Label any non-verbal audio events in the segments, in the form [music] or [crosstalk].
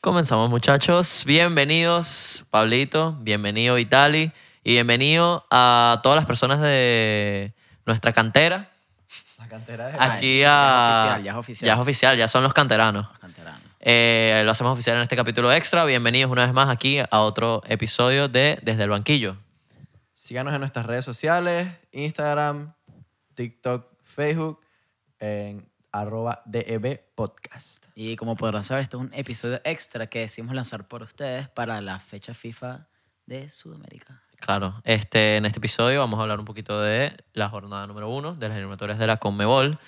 Comenzamos muchachos, bienvenidos Pablito, bienvenido Vitali y bienvenido a todas las personas de nuestra cantera. La cantera de Aquí ya a... es oficial, ya es oficial. Ya es oficial, ya son los canteranos. Los canteranos. Eh, lo hacemos oficial en este capítulo extra. Bienvenidos una vez más aquí a otro episodio de Desde el Banquillo. Síganos en nuestras redes sociales, Instagram, TikTok, Facebook, en arroba DEB Podcast. Y como podrán saber, este es un episodio extra que decidimos lanzar por ustedes para la fecha FIFA de Sudamérica. Claro, este, en este episodio vamos a hablar un poquito de la jornada número uno de las eliminatorias de la Conmebol.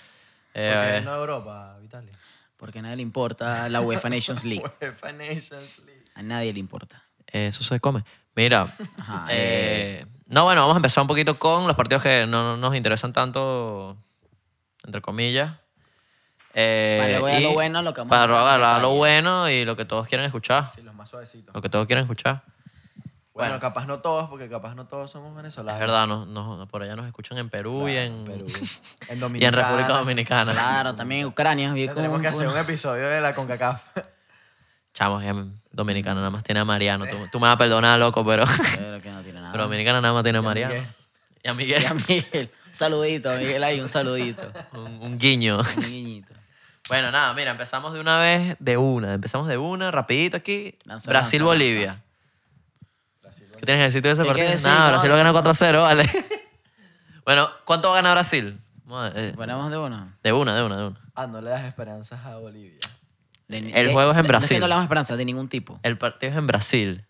Eh, Porque no Europa, Vitaly. Porque a nadie le importa la [laughs] UEFA [laughs] Nations League. UEFA Nations League. A nadie le importa. eh, Eso se come. Mira. Ajá, eh, no, bueno, vamos a empezar un poquito con los partidos que no, no nos interesan tanto, entre comillas. Eh, Para luego ya y- lo bueno, lo que vamos a Para hablar en hablar lo detalle. bueno y lo que todos quieren escuchar. Sí, los más suavecitos. Lo que todos quieren escuchar. Bueno, Bueno. capaz no todos, porque capaz no todos somos Es venezolanos. verdad, no, no- por allá nos escuchan en Perú y Claro, en, [laughs] Perú, en y en República Dominicana. Dominicana. Claro, también en Ucrania. vi como Tenemos que un- hacer un episodio de la CONCACAF. [laughs] Chamos, que Dominicana nada más tiene a Mariano. Tú, tú me vas a perdonar, loco, pero, [laughs] Pero que no tiene nada. pero Dominicana nada más tiene a Mariano. Miguel. Y a Y a Miguel. Miguel. Un saludito, Miguel ahí, un saludito. [laughs] Un, un guiño. Un niñito. Bueno, nada, mira, empezamos de una vez, de una. Empezamos de una, rapidito aquí. Lanza, Brasil-Bolivia. ¿Qué tienes que decir tú de ese ¿Qué hay que partido? decir? Nada, No, Brasil no, va a ganar 4-0, vale. [laughs] bueno, ¿cuánto va a ganar Brasil? Vamos a- eh, Ponemos de uno. De una, de una, de una. Ah, no le das esperanzas a Bolivia. De ni- El de- juego es en no que Brasil. No le damos esperanza de ningún [laughs] tipo. El partido es en Brasil.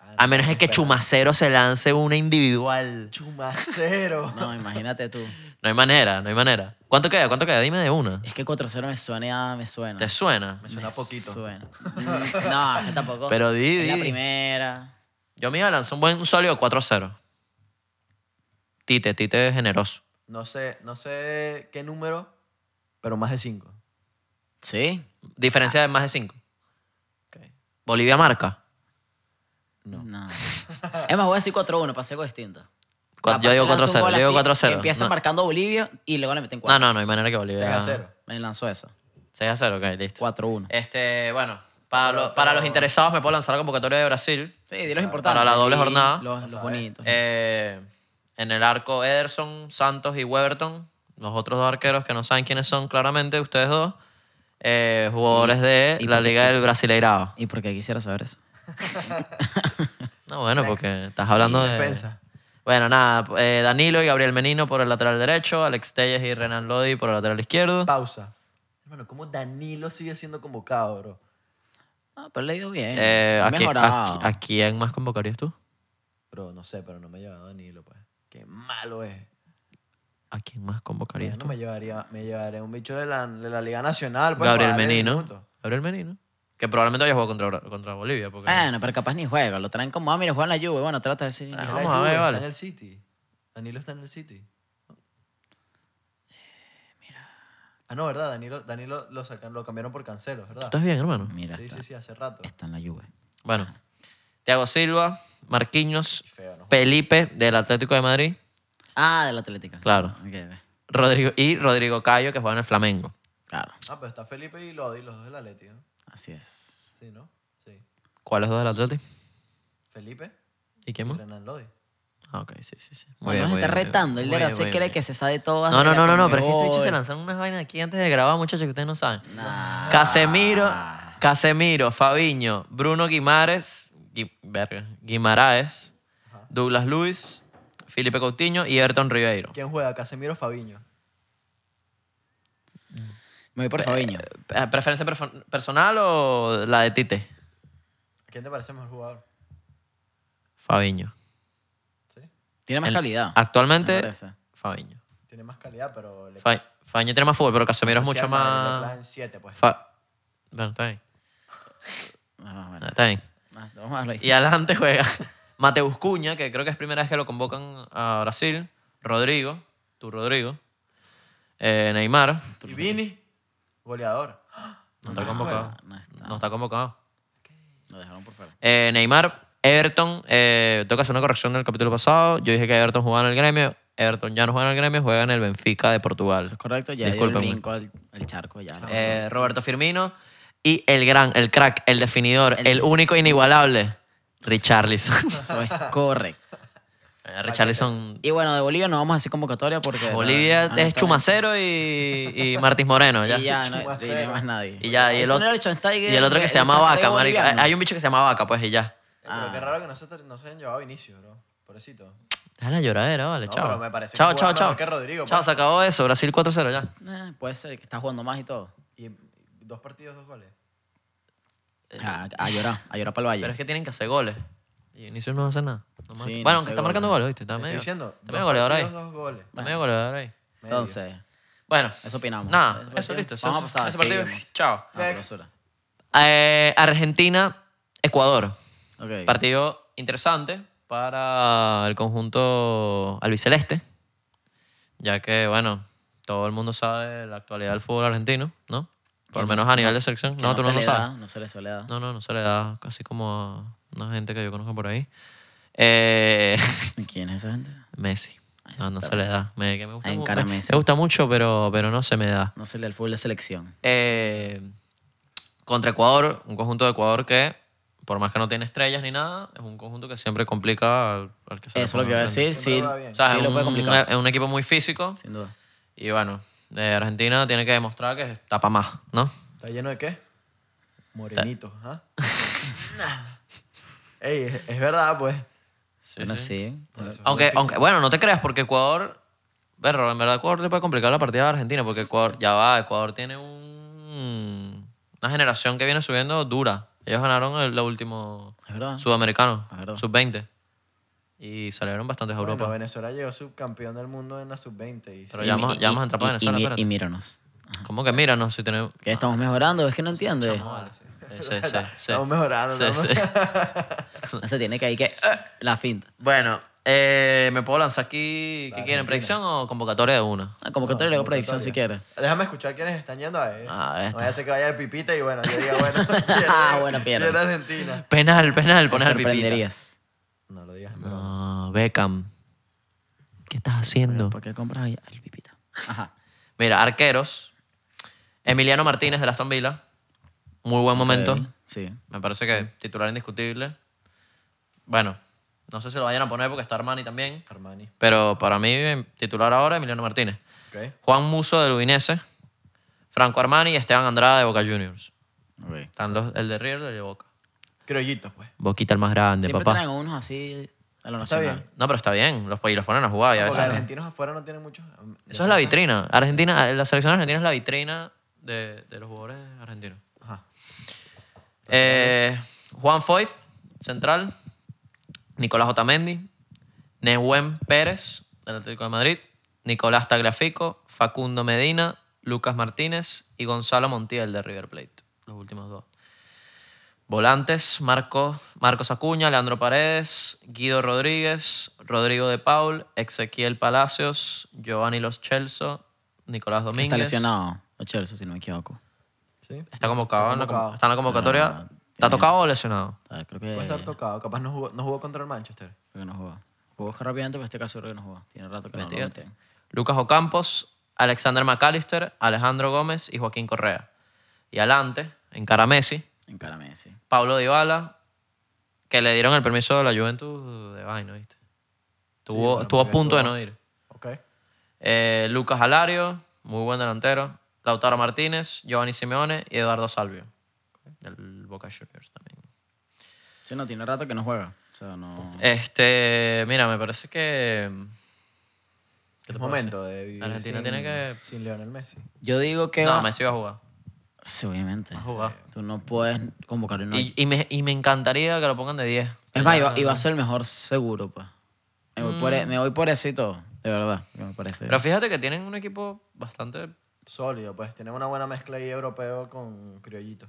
Ah, A no, menos es que espera. Chumacero se lance una individual. [laughs] Chumacero. No, imagínate tú. No hay manera, no hay manera. ¿Cuánto queda? ¿Cuánto queda? Dime de una. Es que 4-0 me suena, me suena. ¿Te suena? Me suena Eh, Me poquito. [laughs] suena. Mm, No, es que tampoco. Pero di, Es la di. primera. Yo me iba a lanzar un buen un sólido 4-0. Tite, Tite es generoso. No sé, no sé qué número, pero más de 5. Sí. Diferencia de más de 5. Bolivia marca. No. Es más, voy a decir 4-1 para ser algo distinto. Cu- Capaz yo digo le lanzo un 4-0, gol yo digo así, 4-0, Empieza no. marcando Bolivia y luego le meten No, 4. no, no hay manera que Bolivia. 6 a 0. Me lanzó eso. 6 a 0, ok, listo. 4-1. Este, bueno, para, lo- para los interesados me puedo lanzar la convocatoria de Brasil. Sí, di los importantes. para la doble y jornada. Los, los bonitos. Eh, en el arco Ederson, Santos y Weberton. Los otros dos arqueros que no saben quiénes son, claramente, ustedes dos. Eh, jugadores de y la porque- Liga del Brasileirao. ¿Y por qué quisiera saber eso? No, bueno, porque estás hablando Y de... defensa. Bueno, nada, eh, Danilo y Gabriel Menino por el lateral derecho, Alex Telles y Renan Lodi por el lateral izquierdo. Pausa. Hermano, ¿cómo Danilo sigue siendo convocado, bro? Ah, pero le ha ido bien. Eh, Ha ¿a, quién, a- mejorado. a quién más convocarías tú? Bro, no sé, pero no me ha llevado Danilo, pues. Qué malo es. ¿A quién más convocarías No tú? me llevaría, me llevaré un bicho de la, de la Liga Nacional, pues. Gabriel para darle Menino. minutos. Gabriel Menino. Que probablemente haya jugado contra, Bra- contra Bolivia. Porque... Bueno, pero capaz ni juega. Lo traen como, ah, mira, juega en la Juve. Bueno, trata de decir. Ah. Es la Vamos a Juve, ver, vale. Está en el City. Danilo está en el City. Ah, no, ¿verdad? Danilo, Danilo lo, sacan, lo cambiaron por Cancelo, ¿verdad? ¿Estás bien, hermano? Mira, Sí, está, sí, sí, hace rato. está en la Juve. Bueno. Tiago Silva, Marquinhos, Qué feo, ¿no? Felipe del Atlético de Madrid Ah, del Atlético. Claro. Ok, ve. Rodrigo, y Rodrigo Cayo, que juega en el Flamengo. Claro. Ah, pero está Felipe y Lodi, los dos del Atleti, ¿no? Así es. Sí, ¿no? Sí. ¿Cuáles dos del Atlético? Felipe ¿Y quién y más? Renan Lodi. Ah, ok, sí, sí, sí. Muy Bueno, bien, muy bien, nos está muy bien. retando. Él Muy de verdad bien, se muy cree bien. que se sabe todas. No, de no, la no, no, no, pero es que estos Conmebol. bichos se lanzaron unas vainas aquí antes de grabar, muchachos, que ustedes no saben. Nah. Casemiro, Casemiro, Fabiño, Bruno Guimares, Gui- verga, Guimaraes, Douglas Luis, Felipe Coutinho y Everton Ribeiro. ¿Quién juega? Casemiro o Fabiño. Me voy por Fabiño. Eh, ¿Preferencia perfo- personal o la de Tite? ¿Quién te parece mejor jugador? Fabiño. Sí. Tiene más El- calidad. me Actualmente, parece. Fabiño. Tiene más calidad, pero le Fa- Fabiño tiene más fútbol, pero Casemiro es no sé si mucho al Madrid le más... clavan siete, pues. Fa- Bueno, está bien. Ah, bueno. Está bien. Ah, Vamos a hablar eh, Y adelante juega [laughs] Mateus Cuña, que creo que es primera vez que lo convocan a Brasil. Rodrigo, tu Rodrigo. Eh, Neymar, Y Vini, goleador. no está convocado. Ah, No está. No está convocado. Lo dejaron por fuera. Eh, Neymar, Everton, eh, tengo que hacer una corrección del capítulo pasado. Yo dije que Everton jugaba en el gremio. Everton ya no juega en el gremio, juega en el Benfica de Portugal. Eso es correcto. Ya dio el Discúlpenme. brinco al, al charco. Ya. Eh, Roberto Firmino, Y el gran, el crack, el definidor, el, único inigualable, Richarlison. [laughs] Eso es correcto. Eh, Richarlison. Y bueno, de Bolivia no vamos a hacer convocatoria porque... Ah, Bolivia no, no, es está- Chumacero y, y Martins Moreno. Ya. Y ya, no, y Chumacero. no más nadie. Y ya, y el Ese no otro- era Schweinsteiger, Y el otro que se el llama Vaca, Schweinsteiger marico. boliviano. Hay un bicho que se llama Vaca, pues, y ya. Pero qué raro que no se, no se hayan llevado a Vinicius, bro. Pobrecito. Deja la lloradera, vale, No, chao. pero me parece que chao, juega chao, mejor chao. que Rodrigo, chao, pues. se acabó eso. Brasil 4-0 ya. Eh, puede ser, que está jugando más y todo. Y dos partidos, dos goles. A, Ah, a llorar, a llorar Eh. Pero para el Valle. es que tienen que hacer goles. Y Vinicius no hace nada. No marca. Sí, no bueno, hace aunque está goles. marcando goles, ¿viste? Está Te estoy medio, diciendo. está Dos medio goleador ahí. partidos, dos goles. Está medio goleador ahí. Medio. Entonces, Bueno, eso opinamos. nada, Ese eso partido. listo. eso- Vamos a pasar, ese partido. seguimos. Chao. Ah, Next. basura. Eh, Argentina, Ecuador. Ok. Partido interesante para el conjunto albiceleste, ya que, bueno, todo el mundo sabe la actualidad del fútbol argentino, ¿no? Por lo Que menos Pues no- a nivel no- de selección. que No, tú se no lo le sabes. da, No se le suele dar. No, no, no se le da casi como a una gente que yo conozco por ahí. Eh, [laughs] ¿Quién es esa gente? Messi. Ay, No, no sí, se le da. Me, que me gusta, Ay, mu- cara me- Messi. me gusta mucho, pero, pero no se me da. No se le da el fútbol de selección. Eh, contra Ecuador, un conjunto de Ecuador que, por más que no tiene estrellas ni nada, es un conjunto que siempre complica al, al que se le Eso es lo que ponga iba a enfrente. decir. Sí, Siempre va bien. O sea, sí es, lo puede un, complicar, es un equipo muy físico sin duda. y bueno, eh, Argentina tiene que demostrar que tapa más, ¿no? ¿Está lleno de qué? Morenitos, [laughs] ¿ah? Ey, es, es verdad, pues. bueno, sí. Aunque, aunque, bueno, no te creas, porque Ecuador, pero en verdad Ecuador le puede complicar la partida a Argentina, porque Ecuador, ya va, Ecuador tiene un- una generación que viene subiendo dura. Ellos ganaron el, lo último... Es verdad. sudamericano, Ah, verdad. sub-20. Y salieron bastantes a Bueno, Europa. Venezuela llegó subcampeón del mundo en la sub-20. Y Pero sí, ya vamos, ya vamos a entrar para y- y- Venezuela, y- espérate. Y míranos. ¿Cómo que mira? No, si eh, tenemos... Que estamos mejorando, es que no entiendes. Vale, sí, [laughs] sí, sí, sí. Estamos mejorando, Sí, estamos- No se tiene que ir que. eh, La finta. [laughs] Bueno, eh, ¿me puedo lanzar aquí? ¿Qué quieren? ¿Predicción o convocatoria de una? Ah, como que te le hago predicción si quieres. Déjame escuchar quiénes están yendo a ver. Ah, ahí no vaya a ser que vaya el pipita y bueno, yo diga, [laughs] bueno. [laughs] pierde- Ah, bueno, pierde. pierde Argentina. Penal, penal, Te poner al pipita. sorprenderías. No lo digas. No, Beckham. ¿Qué estás haciendo? ¿Por qué compras ahí al pipita? Ajá. Mira, arqueros. Emiliano Martínez de Aston Villa. Muy buen momento. Ok, Sí. Me parece que titular indiscutible. Bueno, no sé si lo vayan a poner porque está Armani también. Armani. Pero para mí, eh, titular ahora, Emiliano Martínez. Ok. Juan Muso del Udinese. Franco Armani y Esteban Andrada de Boca Juniors. Ok. Están los, el de River y el de Boca. Criollitos, pues. Boquita el más grande, Siempre papá. traen unos así a lo Está nacional. bien. No, pero está bien. Los, y los ponen a jugar. y a Porque veces- argentinos afuera no tienen muchos. um, Eso es la vitrina. Argentina, la selección argentina es la vitrina de, de los jugadores argentinos. Ajá. Eh, Juan Foyt, central. Nicolás Otamendi. Nehuen Pérez, del Atlético de Madrid. Nicolás Tagliafico. Facundo Medina. Lucas Martínez. Y Gonzalo Montiel, de River Plate. Los últimos dos. Volantes, Marco, Marcos Acuña, Leandro Paredes, Guido Rodríguez, Rodrigo de Paul, Ezequiel Palacios, Giovanni Los Chelso, Nicolás Domínguez. Está lesionado. Ochelso, si no me equivoco. Sí. Está convocado, en la convocado. convo- está en la convocatoria. No, no, no. ¿Está tocado o lesionado? A ver, creo Eh. Puede que. estar tocado. Capaz no jugó, no jugó contra el Manchester. Creo que no juega. Jugó rápidamente, pero este caso creo que no juega. Tiene rato que no lo Investígate. meten. Lucas Ocampos, Alexander McAllister, Alejandro Gómez y Joaquín Correa. Y adelante, en cara a Messi, En cara a Messi. Pablo Dybala, que le dieron el permiso de la Juventus de vaina, ¿viste? Estuvo, bueno, estuvo a porque punto de no ir. Ok. Eh, Lucas Alario, muy buen delantero. Lautaro Martínez, Giovanni Simeone y Eduardo Salvio, del Boca Juniors también. Sí, no, tiene rato que no juega. O sea, no. Este, mira, me parece que... ¿qué te Es puedo momento de vivir. Argentina sin- tiene que- Sin Lionel Messi. Yo digo que. decir? No, va- Messi va a jugar. Sí, obviamente. Va a jugar. Tú no puedes convocar un. Y, y me, y me encantaría que lo pongan de 10. Es más, Ah. iba, iba a ser el mejor seguro, pues. Me voy, por, Mm. e- me voy por eso y todo, de verdad, que me parece. Pero fíjate que tienen un equipo bastante... Sólido, pues. Tiene una buena mezcla ahí europeo con criollito.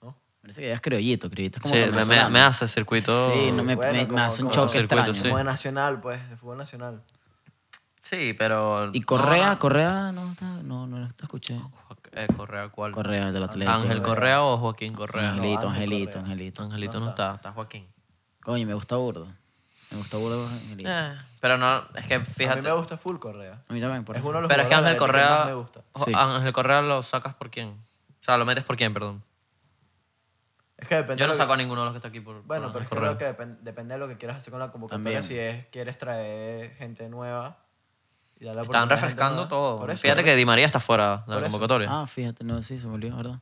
¿No? parece que ya es criollito, criollito es como Sí, que me- me, venezolano. me hace circuito... Sí, no me, Bueno, me- me como- hace un como choque circuito, extraño. Sí. Como de nacional, pues. De fútbol nacional. Sí, pero... Y Correa, no, Correa, no, está- no, no, te escuché. no. Eh, Correa, ¿cuál? Correa, el del Atlético. Ángel Correa o Joaquín Correa. Angelito, No, Ángel Angelito, Correa. Angelito. Angelito no está, está Joaquín. Coño, me gusta Burdo. Me gusta Burdo, Angelito. Eh, pero no, es que A mí fíjate... me gusta full Correa. A mí también, por Es eso. uno de los Pero es que jugadores Ángel del Atlético Correa... más me gusta. Jo- Sí. Ángel Correa lo sacas por quién. O sea, lo metes por quién, perdón. Es que depende. Yo no de lo que- saco a ninguno de los que está aquí por. por Bueno, pero los es que creo correos. que depen- depende de lo que quieras hacer con la convocatoria. También. Si es, quieres traer gente nueva. y darle Están oportunidad a gente refrescando nueva. todo. Por eso, Fíjate por que eso- Di María está fuera de la Por eso. convocatoria. Ah, fíjate, no, sí, se me olvidó, ¿verdad?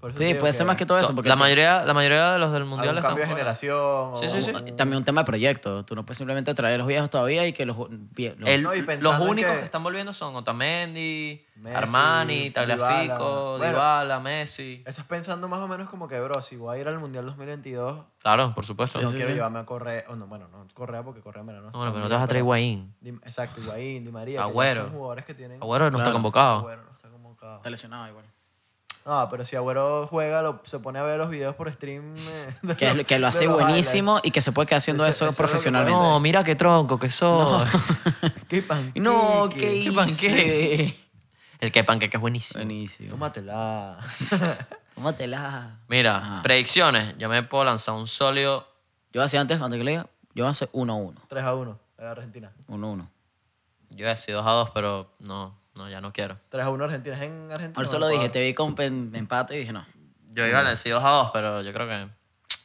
por eso te Sí, digo puede ser más que todo eso. Porque la, tú- mayoría, la mayoría de los del mundial algún están cambio de fuera. generación. Sí, o sí, sí. algún- También un tema de proyecto. Tú no puedes simplemente traer a los viejos todavía y que los. vie- los- El- No, y los pensando en únicos que... que- están volviendo son Otamendi, Messi, Armani, Tagliafico, Dybala. Bueno. Dybala, Messi. Eso es pensando más o menos como que, bro, si voy a ir al Mundial 2022, Claro, por supuesto. no sí, quiero sí. llevarme a Correa. O no, bueno, no Correa porque Correa me la no. No, bueno, pero no te vas a traer Higuaín. Di- Exacto, Higuaín, Di María. que ya Agüero. Son jugadores que tienen. Agüero no está Claro. convocado. Agüero no está convocado. Está lesionado igual. No, pero si Agüero juega, lo- se pone a ver los videos por stream. eh, [laughs] de Que, es lo- los- que lo de hace los buenísimo highlights. y que se puede quedar haciendo Ese- eso ese es lo que profesionalmente. No, mira qué tronco que sos. Qué panqueque. No, ¿qué ¿Qué hice? panqueque? [laughs] El que panqueque es buenísimo. [laughs] Buenísimo. Tómatela. Tómatela. Mira, Ajá. predicciones. Yo me puedo lanzar un sólido. Yo hacía antes, antes que le diga, yo hacía 1-1. 3 a 1 a Argentina. 1-1. Yo he sido 2 a 2, pero no, no, ya no quiero. 3 a 1 Argentina. Es en Argentina. Por eso o lo en dije, Ecuador? te vi con pen- empate y dije no. Yo iba a lanzar 2 a 2, pero yo creo que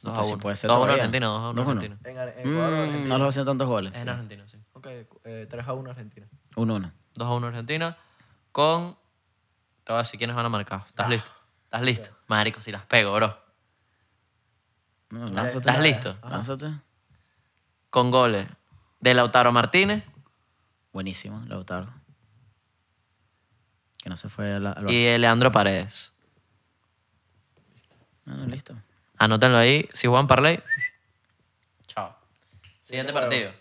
2 a pues sí 1. puede 2 ser a 1 todavía. Argentina, 2 a 1 2 a 1. Argentina. En, Ar- en Ecuador o Mm, Argentina. no los hacían tantos goles. Es en Argentina, sí. Ok, eh, 3 a 1 Argentina. 1-1. 2 a 1 Argentina con... Te voy a decir quiénes van a marcar. ¿Estás Ah, listo? ¿Estás listo? Marico, si las pego, bro. No, lánzate. ¿Estás listo? Lánzate. Con goles de Lautaro Martínez Buenísimo, Lautaro. Que no se fue a la. al y Barça. de Leandro Paredes. Ah, No, no, listo. Anótenlo ahí. Si Juan Parley... Chao. Siguiente partido.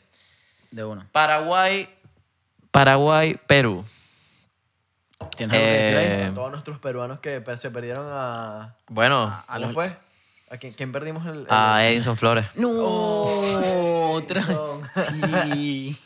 De uno. Paraguay, Paraguay, Perú. ¿Tienes algo que decir ahí? Eh, A todos nuestros peruanos que per- se perdieron a. Bueno, ¿A lo fue? ¿A quién, quién perdimos el.? el- Ah. a Edinson Flores. ¡No! el- Otra. [laughs] son- Oh, Sí.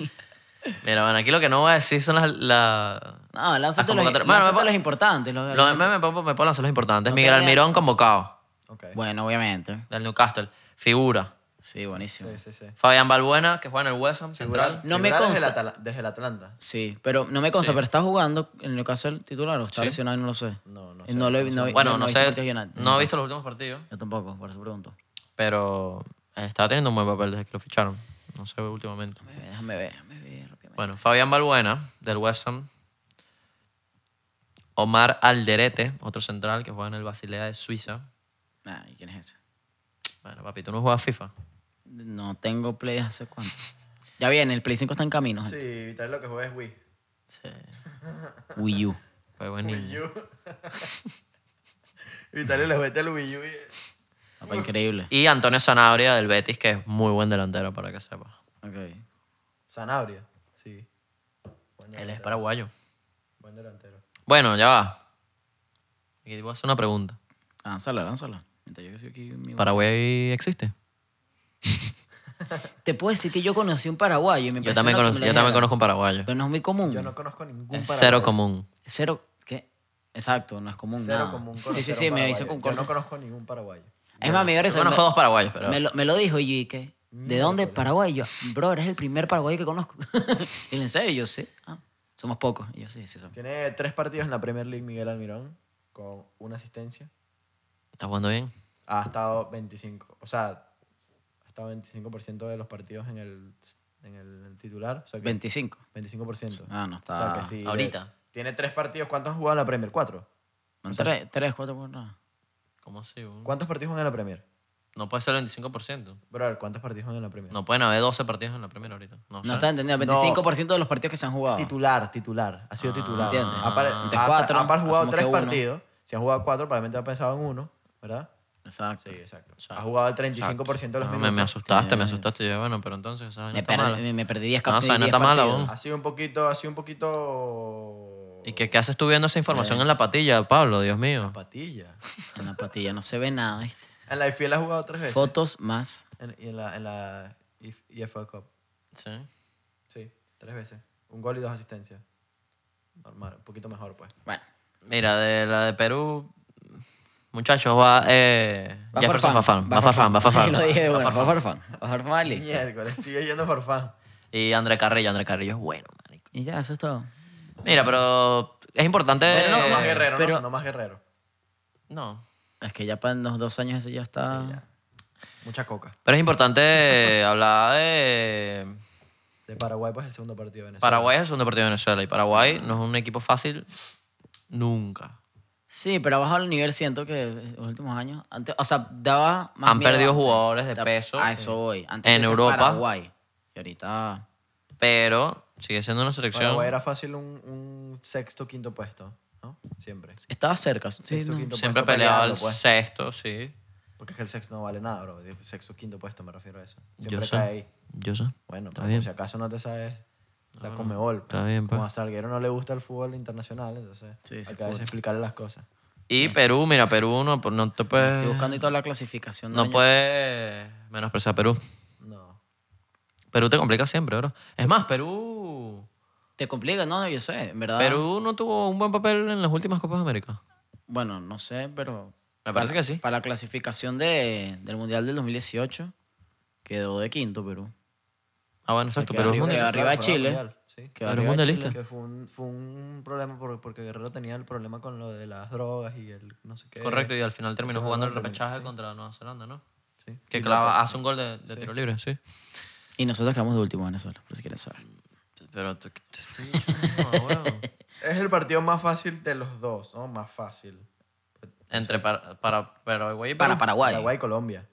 Mira, bueno, aquí lo que no voy a decir son las... la- No, lánzate Ah, los, convocatoria. Bueno, lánzate me pon- los importantes. los- Los me, me, puedo- me puedo lanzar los importantes. Miguel te Almirón convocado Ok. Bueno, obviamente. del Newcastle. Figura. Sí, buenísimo. Sí, sí, sí. Fabián Balbuena, que juega en el West Ham Central. No me Figura desde consta. el Atala- Desde el Atlanta. Sí, pero no me consta, pero está jugando en el caso del titular o está lesionado y no lo sé. No, no Y sé, lo he- he- Bueno, no he visto sé, partidos llenos. no he visto los últimos partidos, Yo tampoco, por eso pregunto. pero está teniendo un buen papel desde que lo ficharon. No sé últimamente. Eh, Déjame ver, déjame ver rápidamente. Bueno, Fabián Balbuena, del West Ham. Omar Alderete, otro central que juega en el Basilea de Suiza. Nah, ¿y quién es ese? Bueno, papi, tú no juegas FIFA. No tengo play hace cuánto. Ya viene, el Play 5 está en camino. gente. Sí, tal vez lo que juega es Wii. Sí. Wii U. Fue buen niño. Vitaly les mete el Wii U. y- Ah, pues, Papá, increíble. Y Antonio Sanabria, del Betis, que es muy buen delantero, para que sepa. Ok. Sanabria. Sí. Buen Él es delantero. paraguayo. Buen delantero. Bueno, ya va. Y te voy a hacer una pregunta. Lánzala, lánzala. Mientras yo estoy aquí en mi- ¿Paraguay existe? Te puedo decir que yo conocí un paraguayo y me Yo impresiona también, que me conozco, lo yo también dijeran. conozco un paraguayo. Pero no es muy común. Yo no conozco ningún Es cero paraguayo. común. Cero, ¿qué? Exacto, no es común Cero nada. común. Sí, sí, conocer sí, un me hizo paraguayo. con Yo no corto. conozco ningún paraguayo. Es más, me dio Yo risa. conozco dos paraguayos, pero... Me lo, me lo dijo y yo y que, Mm, ¿de dónde Paraguay? Y yo, bro, eres el primer paraguayo que conozco. [laughs] y él, en serio, Y yo sí. Ah, somos pocos. Y yo sí, sí somos. Tiene tres partidos en la Premier League Miguel Almirón con una asistencia. ¿Estás jugando bien? Ha estado 25, o sea, ha estado 25% de los partidos en el, en el titular. O sea que 25. 25%. Ah, no o sea está. que sí, ahorita. eh, tiene tres partidos. ¿Cuántos han jugado en la Premier? ¿Cuatro? No, tres, tres, cuatro, cuatro. no. ¿Cómo así? bro? ¿Cuántos partidos juegan en la Premier? No puede ser el 25%. Bro, a ver, ¿cuántos partidos juegan en la Premier? No pueden haber 12 partidos en la primera ahorita. No, No sé. está entendido. 25% de los partidos que se han jugado. Titular, titular. Ha sido titular. entiende. Ha par- Entonces, ha- cuatro, ha par- jugado asumo que tres uno. partidos. Si ha jugado cuatro, probablemente ha pensado en uno, ¿verdad? Exacto. Sí, exacto. Ha jugado el 35% de los No, Ah, me, minutos. me asustaste, me asustaste. Yo, bueno, pero entonces esa vaina Eh, Me, está per- mala. me- me perdí 10 No, o cap- 10 sea, partidos. no está mala, Ha sido un poquito, ha sido un poquito... ¿Y qué, qué haces tú viendo esa información Eh. en la patilla, Pablo? Dios mío. Patilla. En la patilla no se ve nada, ¿viste? En la IFL ha jugado tres veces. Fotos más. En- y en la, en la IF- IFL Cup. Sí. Sí, tres veces. Un gol y dos asistencias. Normal, un poquito mejor, pues. Bueno. Mira, de la de Perú, muchachos, va eh, Jefferson Fafán. Va Fafán, va Fafán. [laughs] Lo dije, bueno, va Farfán. Va Farfán, listo. Miércoles, sigue yendo por fan. Y André Carrillo, André Carrillo es bueno, marico. Y ya, eso es todo. Mira, pero es importante... No, no más eh, guerrero, pero- no, no más guerrero. no. Es que ya para los dos años eso ya está. ya. Mucha coca. Pero es importante hablar de... De Paraguay, pues el segundo partido de Venezuela. Paraguay es el segundo partido de Venezuela y Paraguay no es un equipo fácil nunca. Sí, pero ha bajado el nivel, siento que en los últimos años. Antes, o sea, daba más Han miedo perdido antes. jugadores de Da- peso. A eso voy. Antes En de ser Europa. Paraguay. Y ahorita. Pero sigue siendo una selección. Paraguay era fácil un, un sexto, quinto puesto, ¿no? Siempre. Estaba cerca. Sí, Sexto, no. quinto Siempre puesto peleaba pelearlo, al pues. sexto, sí. Porque es que el sexto no vale nada, bro. El Sexto, quinto puesto, me refiero a eso. Siempre Yo sé. cae ahí. Yo sé. Bueno, Está pero bien. por si acaso no te sabes la Comebol. pues. está bien, pues. Como a Salguero no le gusta el fútbol internacional, entonces Sí, hay se que a veces puede. explicarle las cosas. Y Perú, mira, Perú no, pues, no te puedes. Estoy buscando y toda la clasificación. No daño. puedes menospreciar a Perú. No. Perú te complica siempre, bro. Es más, Perú. Te complica, no, no, yo sé. En verdad. Perú no tuvo un buen papel en las últimas Copas de América. Bueno, no sé, pero. Me parece para- que sí. Para la clasificación de, del Mundial del 2018, quedó de quinto Perú. Ah, bueno, exacto. que Perú es arriba- mundial. arriba Claro, fue Chile. mundial, sí. Quedó Pero arriba de mundialista. Chile. Que fue un, fue un problema por- porque Guerrero tenía el problema con lo de las drogas y el no sé qué. Correcto, y al final terminó Eh, Eso jugando no el terminó, repechaje sí. contra Nueva Zelanda, ¿no? Sí. Que Y clava, López. hace un gol de, de tiro libre, sí. Y nosotros quedamos de último en Venezuela, por si quieren saber. Pero tú- [laughs] no, bueno. Es el partido más fácil de los dos, ¿no? Más fácil. Entre para, para Paraguay y Para Perú. Paraguay. Paraguay y Colombia.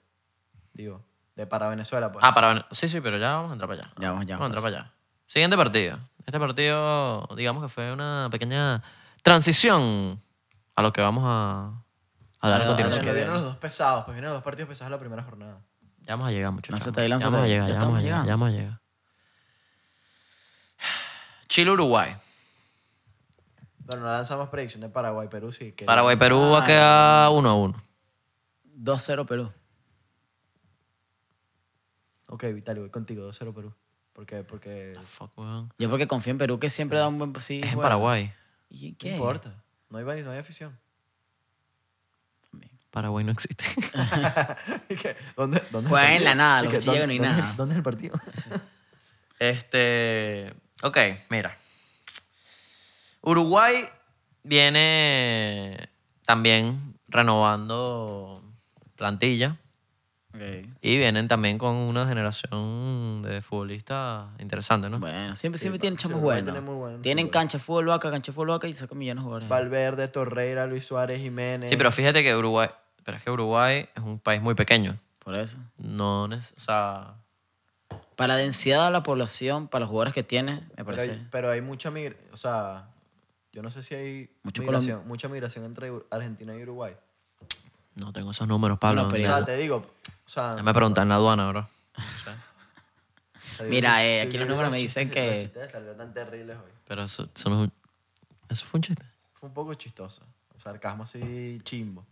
Digo. De para Venezuela, pues. Ah, para Vene- Sí, sí, pero ya vamos a entrar para allá. Ya vamos, ya Vamos a entrar vamos. para allá. Siguiente partido. Este partido, digamos que fue una pequeña transición a lo que vamos a a hablar a Ah, Pero continuación. que que vienen viene. los dos pesados, pues vienen los dos partidos pesados la primera jornada. Ya vamos a llegar, muchachos. Lánzate ahí, ya lánzate vamos a ahí. llegar, Ya ya vamos a estamos llegar, ya llegando. vamos a llegar. Chile-Uruguay. Bueno, no lanzamos predicción de Paraguay, Perú sí. Que Paraguay-Perú va a quedar 1 a 1. 2-0 Perú. Ok, Vitali, voy contigo, 2-0 Perú. ¿Por qué? Porque Fuck, weón. Yo porque confío en Perú, que siempre da un buen... Sí, Es en juega. Paraguay. ¿Y qué? no importa. No hay, ban- no hay afición. [laughs] Paraguay no existe. ¿Y qué? ¿Dónde, dónde Juegan en partido? la nada, ¿Y los qué? bichos ¿Dónde- llegan y dónde- nada. ¿Dónde es el [laughs] partido? [laughs] Este. Ok, mira. Uruguay viene también renovando plantilla Ok. y vienen también con una generación de futbolistas interesantes, ¿no? Bueno, siempre, siempre tienen sí, chamos Uruguay buenos. tiene muy buen tienen fútbol. cancha de fútbol vaca, cancha de fútbol vaca y sacan millones de jugadores. Valverde, Torreira, Luis Suárez, Jiménez. sí, pero fíjate que Uruguay. Pero es que Uruguay es un país muy pequeño. Por eso. No, neces- o sea, Para la densidad de la población, para los jugadores que tiene, me Pero parece. hay, pero hay mucha migración. O sea, yo no sé si hay Mucho migración, mucha migración entre Ur- Argentina y Uruguay. no tengo esos números, Pablo. Bueno, pero O ya sea, Claro. te digo. O sea, me preguntan en la aduana, bro. o sea, Mira, digo, eh, sí, aquí yo los vi números me los dicen chistes- que- los chistes de Salvador tan terribles hoy. Pero eso, eso no es un- Eso fue un chiste. Fue un poco chistoso. Sarcasmo así chimbo.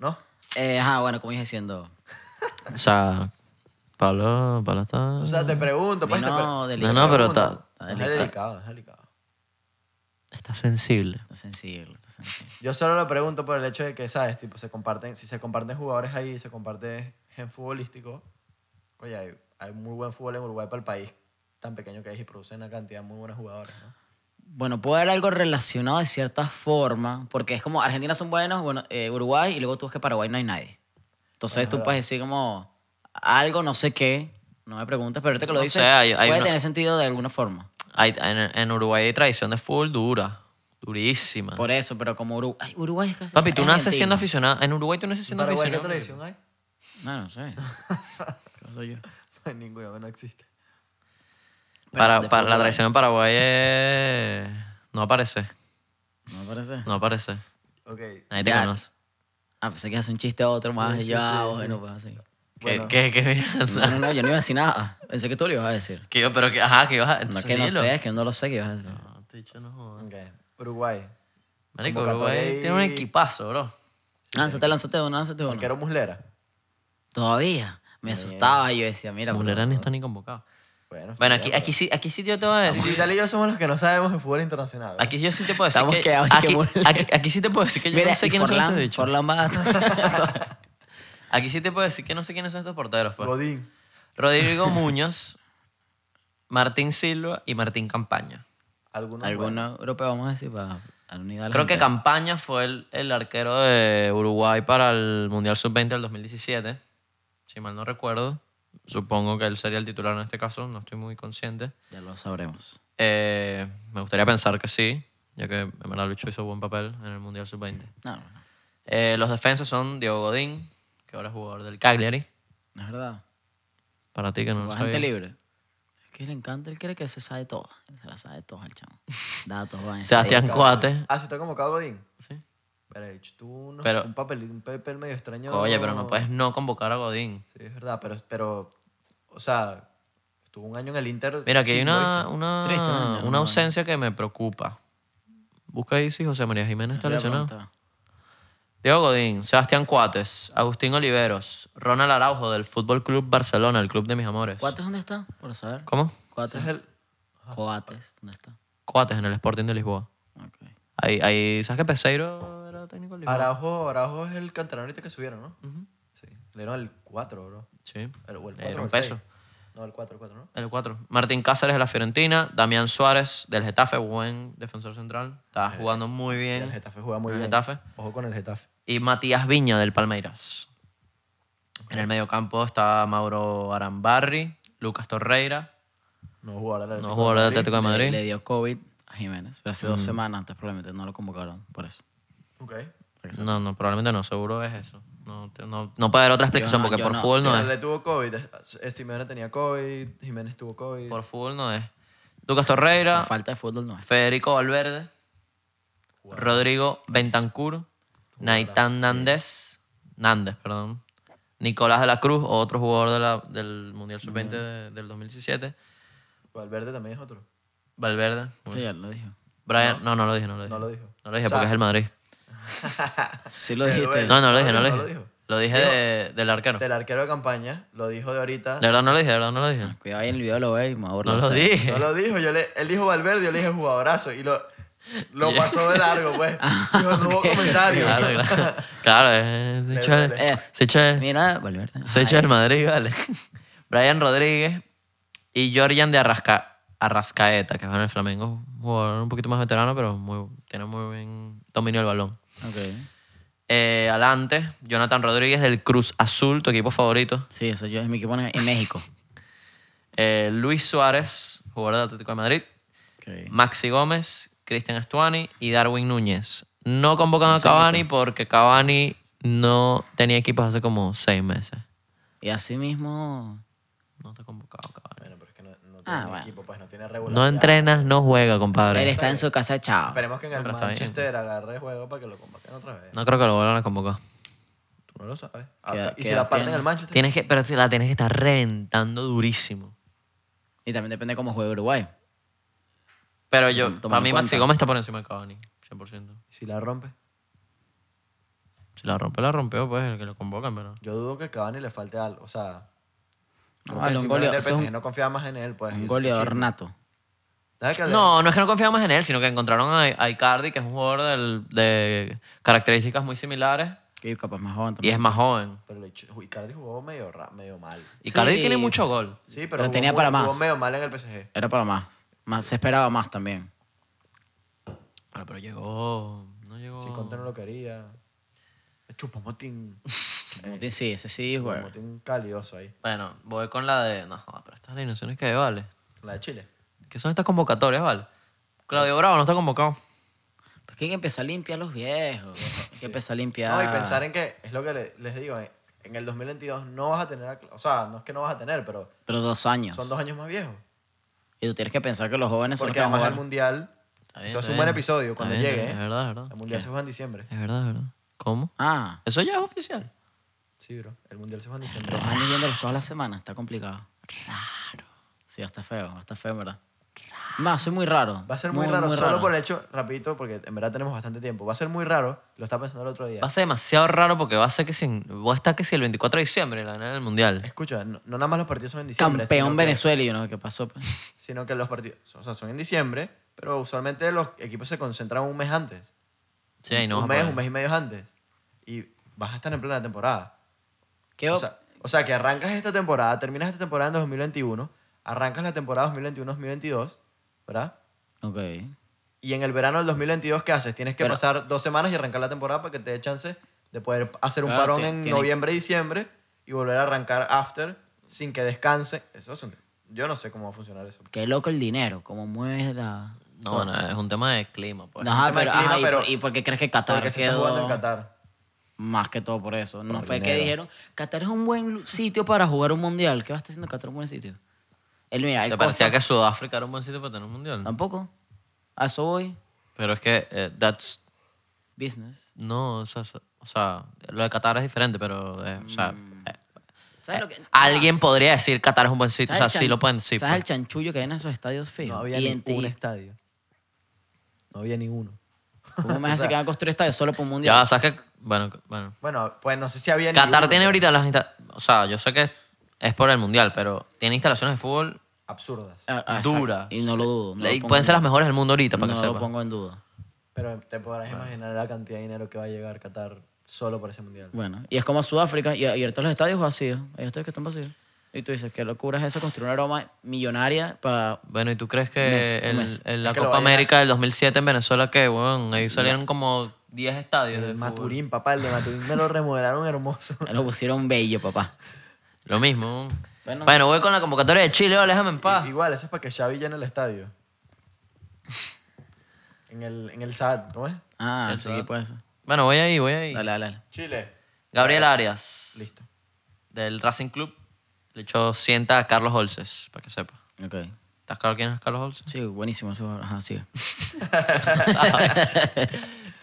¿No? Eh, ajá, bueno, como dije diciendo. O sea, Pablo, Pablo está. O sea, te pregunto. Pues, te pre- Mm. No, No, delicado. no, pero pregunto. está, Es delicado, es delicado. está sensible. Está sensible, está sensible. Yo solo lo pregunto por el hecho de que, ¿sabes? Tipo, se comparten, si se comparten jugadores ahí, se comparte gen futbolístico. Oye, hay, hay muy buen fútbol en Uruguay para el país tan pequeño que es y producen una cantidad de muy buenos jugadores, ¿no? Bueno, puede haber algo relacionado de cierta forma, porque es como Argentina son buenos, bueno, eh, Uruguay, y luego tú ves que Paraguay no hay nadie. Entonces tú puedes decir como algo, no sé qué, no me preguntes, pero ahorita que lo No dices, sé, hay- hay puede una- tener sentido de alguna forma. Hay- en, en Uruguay hay tradición de fútbol dura, durísima. Por eso, pero como Uruguay, Uruguay es casi. Ah. Papi, tú es naces siendo Argentina. aficionado. En Uruguay tú naces siendo Paraguay, ¿qué aficionado. tradición hay? No, [laughs] no sé. ¿Qué soy yo? [laughs] No hay ninguna, no existe. Para- de para- la fútbol. tradición en Paraguay es... No aparece, ¿No me parece? no aparece. Ok. Nadie te Ya. conoce. Ah, pensé que hace un chiste a otro más. Sí, y sí, yo, ah, sí, bueno, [laughs] pues así. ¿Qué, Bueno. qué, qué miras? No, no, no, yo no iba a decir nada. Pensé que tú lo ibas a decir. Que yo, pero que, ajá, que ibas a... No, entonces que no dilo. Ah, sé, es que no lo sé que ibas a decir. No, te he dicho no jodas. Ok. Uruguay. Marico, Convocatoria Uruguay y- tiene un equipazo, bro. Lánzate, lánzate uno, lánzate uno. Arquero Muslera. Todavía. Eh, Me asustaba y yo decía, mira, bro, Mulera ni está ni convocado. Bueno, Bueno, aquí, aquí, sí, aquí sí yo te voy a [laughs] Sí, decir... Vital y yo somos los que no sabemos de fútbol internacional. ¿verdad? Aquí yo sí te puedo decir Estamos que... quedados y que Aquí, Muslera. aquí, aquí sí te puedo decir que yo mira, no sé y quiénes son estos Forlán, bichos. Forlán va [laughs] a- Aquí sí te puedo decir que no sé quiénes son estos porteros. Pues. Godín. Rodrigo Muñoz, Martín Silva y Martín Campaña. Algunos. Alguno europeo vamos a decir para a la unidad. de la Creo que gente. Campaña fue el, el arquero de Uruguay para el Mundial Sub-20 del 2017, si mal no recuerdo. Supongo que él sería el titular en este caso, no estoy muy consciente. Ya lo sabremos. Eh, me gustaría pensar que sí, ya que en verdad Lucho hizo buen papel en el Mundial Sub-20. No, no, no. Eh, los defensas son Diego Godín, que ahora es jugador del Cagliari, No es verdad. para ti que no lo Pues gente sabías. libre. Es que le encanta, él cree que se sabe todo. Él se la sabe todo [laughs] al chamo. Datos, vainas. Sebastián Coate. Ah, ¿sí está convocado Godín? Sí. Pero, he hecho, tú unos- Pero- un, papel, un papel medio extraño. Oye, pero no puedes no convocar a Godín. Sí, es verdad, pero, pero o sea, estuvo un año en el Inter. Mira, aquí hay chimbo, una, ¿viste? una, Triste, ¿no? Ya no una lo- ausencia que me preocupa. Busca ahí si José María Jiménez está Eso iba a lesionado. preguntar. Diego Godín, Sebastián Cuates, Agustín Oliveros, Ronald Araujo del Fútbol Club Barcelona, el club de mis amores. ¿Cuates dónde está? Por saber. ¿Cómo? Ese Cuates. es el... Ah. Coates, ¿dónde está? Cuates en el Sporting de Lisboa. Ok. Ahí, ahí, ¿sabes que Peseiro era técnico de Lisboa? Araujo, Araujo es el canterano ahorita que subieron, ¿no? Sí. Le dieron el 4, bro. Sí. El, o el 4 Le dieron o el peso. 6. No, el 4, el 4, ¿no? El 4. Martín Cáceres de la Fiorentina, Damián Suárez del Getafe, buen defensor central. Estaba jugando muy bien. El Getafe juega muy El bien. Getafe. Ojo con el Getafe. y Matías Viña del Palmeiras. En el mediocampo está Mauro Arambarri, Lucas Torreira, No jugador del no jugador del Atlético de Le, Madrid. Mm. le dio COVID a Jiménez, pero hace dos semanas antes probablemente no lo convocaron, por eso. Ok. No, no, probablemente no, seguro es eso. No, te- no, no puede haber otra explicación no, porque yo por no. fútbol Pues no Pero es. le tuvo COVID. Es- es- Simeone tenía COVID, Jiménez tuvo COVID. Por fútbol no es. Lucas Por Torreira, falta de fútbol no es. Federico Valverde, Rodrigo Bentancur, Naitán Nández, Nández, perdón, Nicolás de la Cruz, otro jugador de la- del Mundial Sub-20 de- del 2017, Valverde también es otro. Valverde, Sí, ya lo [laughs] dijo. Brian, no, no lo dije, no lo dije. No lo dijo. No lo dije porque es el Madrid. Sí lo dijiste. No, no lo dije, no no lo lo dije. dijo. Lo dije de- del arquero. De Del arquero de campaña, lo dijo de ahorita. verdad no lo dije, de verdad no lo dije. Cuidado ahí en el video lo ve y me aburro. No lo Ah, No dije. lo dijo, yo le, él dijo Valverde, yo le dije jugadorazo y lo, [laughs] lo pasó de largo, pues. Ah, Dijo, no hubo [laughs] comentario. Claro, claro. Claro, es- se echa el- Eh. se echa el- Mira, Valverde. se echa el Madrid, vale. [laughs] Brian Rodríguez y Jorjan de Arrasca, Arrascaeta, que va en el Flamengo. Un jugador un poquito más veterano, pero muy, tiene muy buen dominio del balón. Ah, Ok. Eh, adelante, Jonathan Rodríguez del Cruz Azul, tu equipo favorito. Sí, eso yo es mi equipo en México. Eh, Luis Suárez, jugador del Atlético de Madrid. Ok. Maxi Gómez, Cristian Estuani y Darwin Núñez. No convocan a Cavani porque Cavani no tenía equipos hace como seis meses. Y así mismo. No está convocado Cavani. Bueno, pero es que no, no tiene Ah, bueno. equipo, pues no tiene regular. No entrenas, no juega, Él compadre. está en su casa, chao. Esperemos que en el pero está bien. Manchester pues. agarre juego para que lo convoquen otra vez. No creo que lo vuelvan a convocar. Tú no lo sabes. ¿Qué Ah, edad- y qué si edad la parten tiene? en el Manchester. Tienes que, pero si la tienes que estar reventando durísimo. Y también depende cómo juegue Uruguay. Pero yo, Toma en para mí Maxi cuenta. Gómez está por encima de Cavani, 100%. ¿Y si la rompe. Si la rompe, la rompió, pues el que lo convocan, pero... Yo dudo que Cavani le falte algo. O sea, No, creo vale, que un simplemente goleador, el eso es PSG un, no confiaba más en él, pues. un y eso está goleador chido. nato. ¿Sabes qué? No, no es que no confiamos en él, sino que encontraron a, a Icardi, que es un jugador del- de características muy similares Que capaz más joven y también. es más joven. Pero le echó- Icardi jugó medio, ra- medio mal. Icardi Sí. tiene mucho gol. Sí, pero, Pero jugó tenía muy- para Jugó más. medio mal en el PSG. Era para más. más. Se esperaba más también. Pero, llegó. No llegó. Si Conte Ah. no lo quería. Chupamotín. Mutin sí, ese sí juega. Chupamotín calioso ahí. Bueno, voy con la de. No, joda, pero estas alineaciones que hay, vale. La de Chile. ¿Qué son estas convocatorias, vale? Claudio Bravo no está convocado. Pues que hay que empezar a limpiar los viejos. Hay que empezar a limpiar. No, y pensar en que, es lo que le- les digo, eh, en el 2022 no vas a tener, a- o sea, no es que no vas a tener, pero Pero dos años. son dos años más viejos. Y tú tienes que pensar que los jóvenes son los Porque que van a además el jugar. mundial, Está bien, eso es está un buen bien. episodio Está cuando bien, está llegue. bien, ¿eh? Es verdad, es verdad. El mundial se juega en diciembre. Es verdad, es verdad. ¿Cómo? Ah, Eso ya es oficial. Sí, bro. El mundial se juega en diciembre. dos años viéndolos todas las semanas. Está complicado. Raro. Sí, está feo. Está feo, en ¿verdad? Más, soy muy raro. Va a ser muy, raro, solo por el hecho, rapidito, porque en verdad tenemos bastante tiempo. Va a ser muy raro, lo estaba pensando el otro día. Va a ser demasiado raro porque va a ser que si. Va a estar que si el 24 de diciembre la gana el mundial. Escucha, no, no nada más los partidos son en diciembre. Campeón sino que- Venezuela y yo no sé qué [laughs] pasó. pues. sino que los partidos o sea, son en diciembre, pero usualmente los equipos se concentran un mes antes. Sí, y no un vas a mes, poder. un mes y medio antes. Y vas a estar en plena temporada. ¿Qué O op- sea, o sea, que arrancas esta temporada, terminas esta temporada en 2021, arrancas la temporada 2021-2022, ¿verdad? Ok. Y en el verano del 2022, ¿qué haces? Tienes que Pero- pasar dos semanas y arrancar la temporada para que te dé chance de poder hacer un Claro, parón ti- en tiene- noviembre, diciembre y volver a arrancar after sin que descanse. Eso es un- Yo no sé cómo va a funcionar eso. Qué loco el dinero, cómo mueves la... No, no, es un tema de clima, pues. Ajá, tema de pero, clima, ajá, ¿y, pero- por, y por qué crees que Qatar Porque se está jugando quedó en Qatar. más que todo por eso? No Por fue que dinero. dijeron, Qatar es un buen lu- sitio para jugar un mundial. ¿Qué va a estar haciendo Qatar un buen sitio? Él, mira, ¿Te el parecía que Sudáfrica era un buen sitio para tener un mundial? Tampoco. A eso voy. Pero es que, eh, that's, Business. no, o sea, o sea, lo de Qatar es diferente, pero, eh, o sea, eh, Mm. ¿Sabes lo que...? ah, alguien podría decir Qatar es un buen sitio, o sea, ¿sabes el sí chan- lo pueden decir. ¿Sabes el pues. chanchullo que hay en esos estadios fijos? No había Y ni en ti- un estadio. No había ni uno. ¿Cómo [laughs] me hace que van a construir estadios solo por un mundial? Ya, ¿sabes qué? Bueno, bueno. Bueno, pues no sé si había ni Qatar uno, tiene pero ahorita las insta- o sea, yo sé que es, es por el mundial, pero tiene instalaciones de fútbol Absurdas. Ah, ah, exacto. dura. Y no lo dudo. No y lo pongo pueden en- ser las mejores del mundo ahorita, para no que lo sepas. pongo en duda. Pero te podrás imaginar la cantidad de dinero que va a llegar Qatar solo por ese mundial. Bueno, y es como Sudáfrica, y, y ahorita los estadios vacíos. Hay estadios que están vacíos. Y tú dices, qué locura es esa construir una aroma millonaria para... Bueno, ¿y tú crees que Mes, el- mes. el- la Es que lo Copa vayan a América del 2007 en Venezuela, que, weón, ahí salieron como 10 estadios de El fútbol? Maturín, papá, el de Maturín me lo remodelaron hermoso. Lo pusieron bello, papá. Lo mismo. Bueno, Bueno. voy con la convocatoria de Chile, vale, déjame en paz. Igual, eso es para que Xavi llene el estadio. En el, en el SAT, ¿cómo es? Ah, Sí, sí, eso. pues. Bueno, voy ahí, voy ahí. Dale, dale, dale. Chile. Gabriel Arias, Listo. del Racing Club, le echó sienta a Carlos Holces, para que sepa. Ok. ¿Estás claro quién es Carlos [laughs] Holces? Sí, buenísimo. Eso. Ajá, sí. [laughs]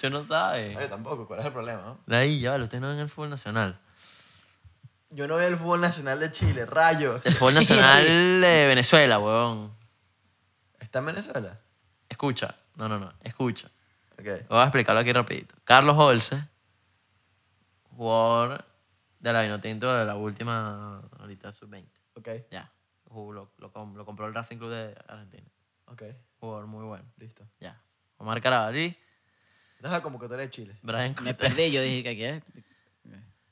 Yo no sabe. Yo tampoco, ¿cuál es el problema? no? Ahí, ya, vale, ustedes no ven el fútbol nacional. Yo no veo el fútbol nacional de Chile, rayos. El fútbol nacional de Venezuela, weón. ¿Está en Venezuela? Escucha. No, no, no. Escucha. Ok. Voy a explicarlo aquí rapidito. Carlos Holce, jugador de la Vinotinto de la última, ahorita sub-20. Ok. Ya. Jugó- Lo, lo com- lo compró el Racing Club de Argentina. Ok. Jugador muy bueno. Listo. Ya. Omar Carabalí, Deja como que tú eres de Chile. Brian Me Cortés. perdí, yo dije que aquí es...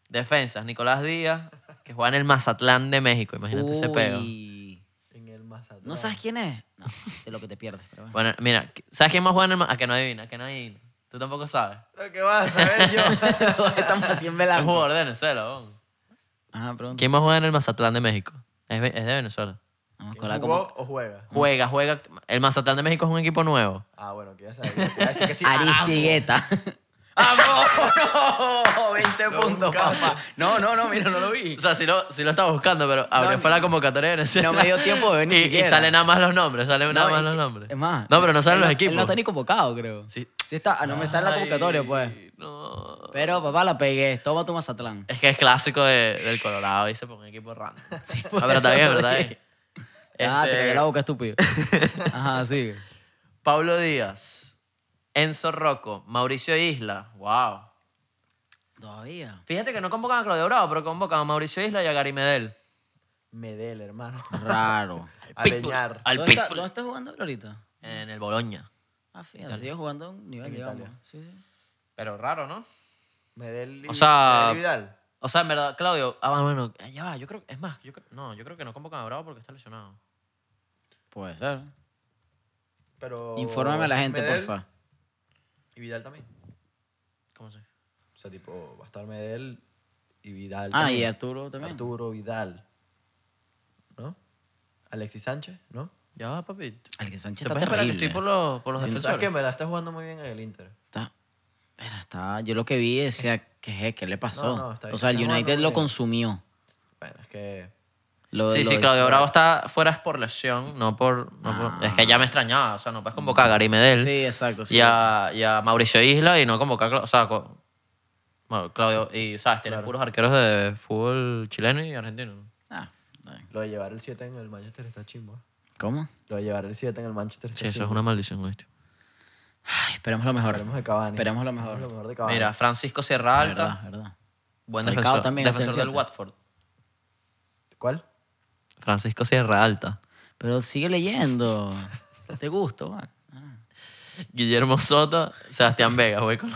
Defensas, Nicolás Díaz, que juega en el Mazatlán de México. Imagínate ese peo. Uy. En el Mazatlán. ¿No sabes quién es? No, de lo que te pierdes. Pero bueno. Bueno, mira, ¿sabes quién más juega en el Mazatlán? A que no adivina, a que no adivina. Tú tampoco sabes. Lo que vas a saber yo. [laughs] Estamos así en Es velar. jugador de Venezuela, weón. Ajá, pregunta. ¿Quién más juega en el Mazatlán de México? Es, ve- es de Venezuela. Vamos a colar ¿Quién [laughs] [laughs] como... ¿Jugó o juega? Juega, juega. El Mazatlán de México es un equipo nuevo. Ah, bueno, que ya sabes. Te [laughs] iba a decir que sí. Aristigueta. [laughs] Ah, ¡Vamos! ¡No! 20 puntos, buscaba. papá. No, no, no, mira, no lo vi. O sea, sí lo, sí lo estaba buscando, pero abrió fue la convocatoria de Venezuela. no me dio tiempo de ver ni Y- Y siquiera. salen nada más los nombres, salen nada No, más y- los nombres. Es más. No, pero no salen él los Él no equipos. está ni convocado, creo. Sí. Sí está. ah, No me sale la convocatoria, pues. Ay, No. Pero, papá, la pegué. Toma tu Mazatlán. Es que es clásico de- del Colorado y se pone equipo random. [laughs] Sí, Ah, por pero está Este, eso bien, lo ¿verdad? dije. Ah, te pegué la boca, [laughs] estúpido. Ajá, sí. Pablo Díaz, Enzo Rocco, Mauricio Isla. Wow. Todavía. Fíjate que no convocan a Claudio Bravo, pero convocan a Mauricio Isla y a Gary Medel. Medel, [laughs] hermano. Raro. Aleñar. Al ¿Dónde está, Pitbull. ¿Dónde estás jugando él ahorita? En el Boloña. Ah, fíjate, sigue jugando a un nivel, En digamos. Italia. Sí, sí. Pero raro, ¿no? Medel y O sea- Medel y Vidal. O sea, en verdad, Claudio. Ah, bueno, eh, ya va, yo creo. Es más, yo creo, no, yo creo que no convocan a Bravo porque está lesionado. Puede ser. Pero Oh, Infórmame a la gente, Medel porfa. Y Vidal también. ¿Cómo se? O sea, tipo, va a estar Medel y Vidal. Ah, también. y Arturo también. Arturo Vidal. ¿No? Alexis Sánchez, ¿no? Ya va, papito. Alguien Te Sánchez está puedes esperar que terrible. estoy por los, por los Sí, no ¿Sabes que defensores. me la está jugando muy bien en el Inter? Está, pero está, yo lo que vi decía, ¿qué, es? ¿Qué le No, pasó? no, está bien. o sea, el Está jugando United muy lo bien. consumió. Bueno, es que. Lo- Sí, lo sí, de- Claudio Bravo está fuera Ah. es por lesión, no por. no por- Es que ya me extrañaba. O sea, no puedes convocar a Gary Medel Sí, exacto. sí. y, a, y a Mauricio Isla y no convocar. a Cla- O sea, co- bueno, Claudio. Y, ¿sabes? Tienes puros arqueros de fútbol chileno y argentino. ¿no? Ah, está bien. Lo de llevar el 7 en el Manchester está chimbo. ¿eh? ¿Cómo? Lo de llevar el 7 en el Manchester está Sí, eso es chimbo. una maldición, ¿oíste? Ay, esperemos lo mejor. Esperemos de Cavani. Esperemos lo mejor. Lo mejor de Cavani. Mira, Francisco Sierra Alta, Verdad, verdad. buen Falcao defensor, también, defensor está en del Celta. Watford. ¿Cuál? Francisco Sierra Alta. Pero sigue leyendo. Te gusto, va. Ah. Guillermo Soto, Sebastián Vega, voy con,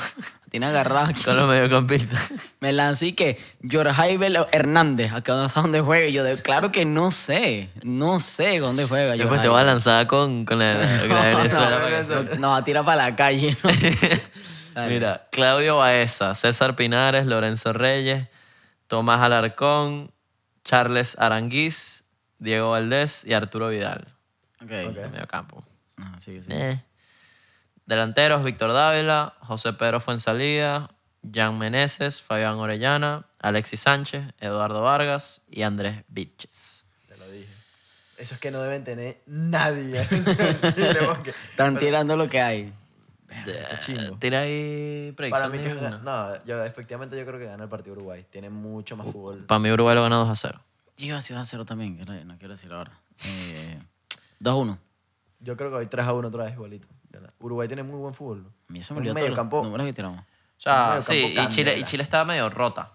Tiene agarrado aquí. con los [laughs] mediocampistas. Me lancé y que Jorge Hernández, ¿a qué dónde, a dónde juega? Y yo, de, claro que no sé, no sé dónde juega. Después te Jorge. voy a lanzar con, con [laughs] la, con la No, Venezuela. no, para que no, no, tira para la calle. ¿no? Dale. Mira, Claudio Baeza, César Pinares, Lorenzo Reyes, Tomás Alarcón, Charles Aranguiz, Diego Valdés y Arturo Vidal. Ok. En medio campo. Ah, sí, sí. Eh. Delanteros, Víctor Dávila, José Pedro Fuensalida, Jan Meneses, Fabián Orellana, Alexis Sánchez, Eduardo Vargas y Andrés Vilches. Te lo dije. Eso es que no deben tener nadie en [laughs] Chile, porque- Están tirando lo que hay. Qué chingo. Tira ahí Para predicción mí de que una. No, yo, efectivamente yo creo que gana el partido Uruguay. Tiene mucho más fútbol. Para mí Uruguay lo gana 2 a 0. Yo iba a decir 0 también, que no- no quiero decirlo ahora. Eh, 2-1. Yo creo que hoy 3 a 1 otra vez igualito. Gana. Uruguay tiene muy buen fútbol. A mí se me Un olvidó todos los mediocampo. números que tiramos. O sea, medio sí, campo y Chile, y candela. Chile estaba medio rota.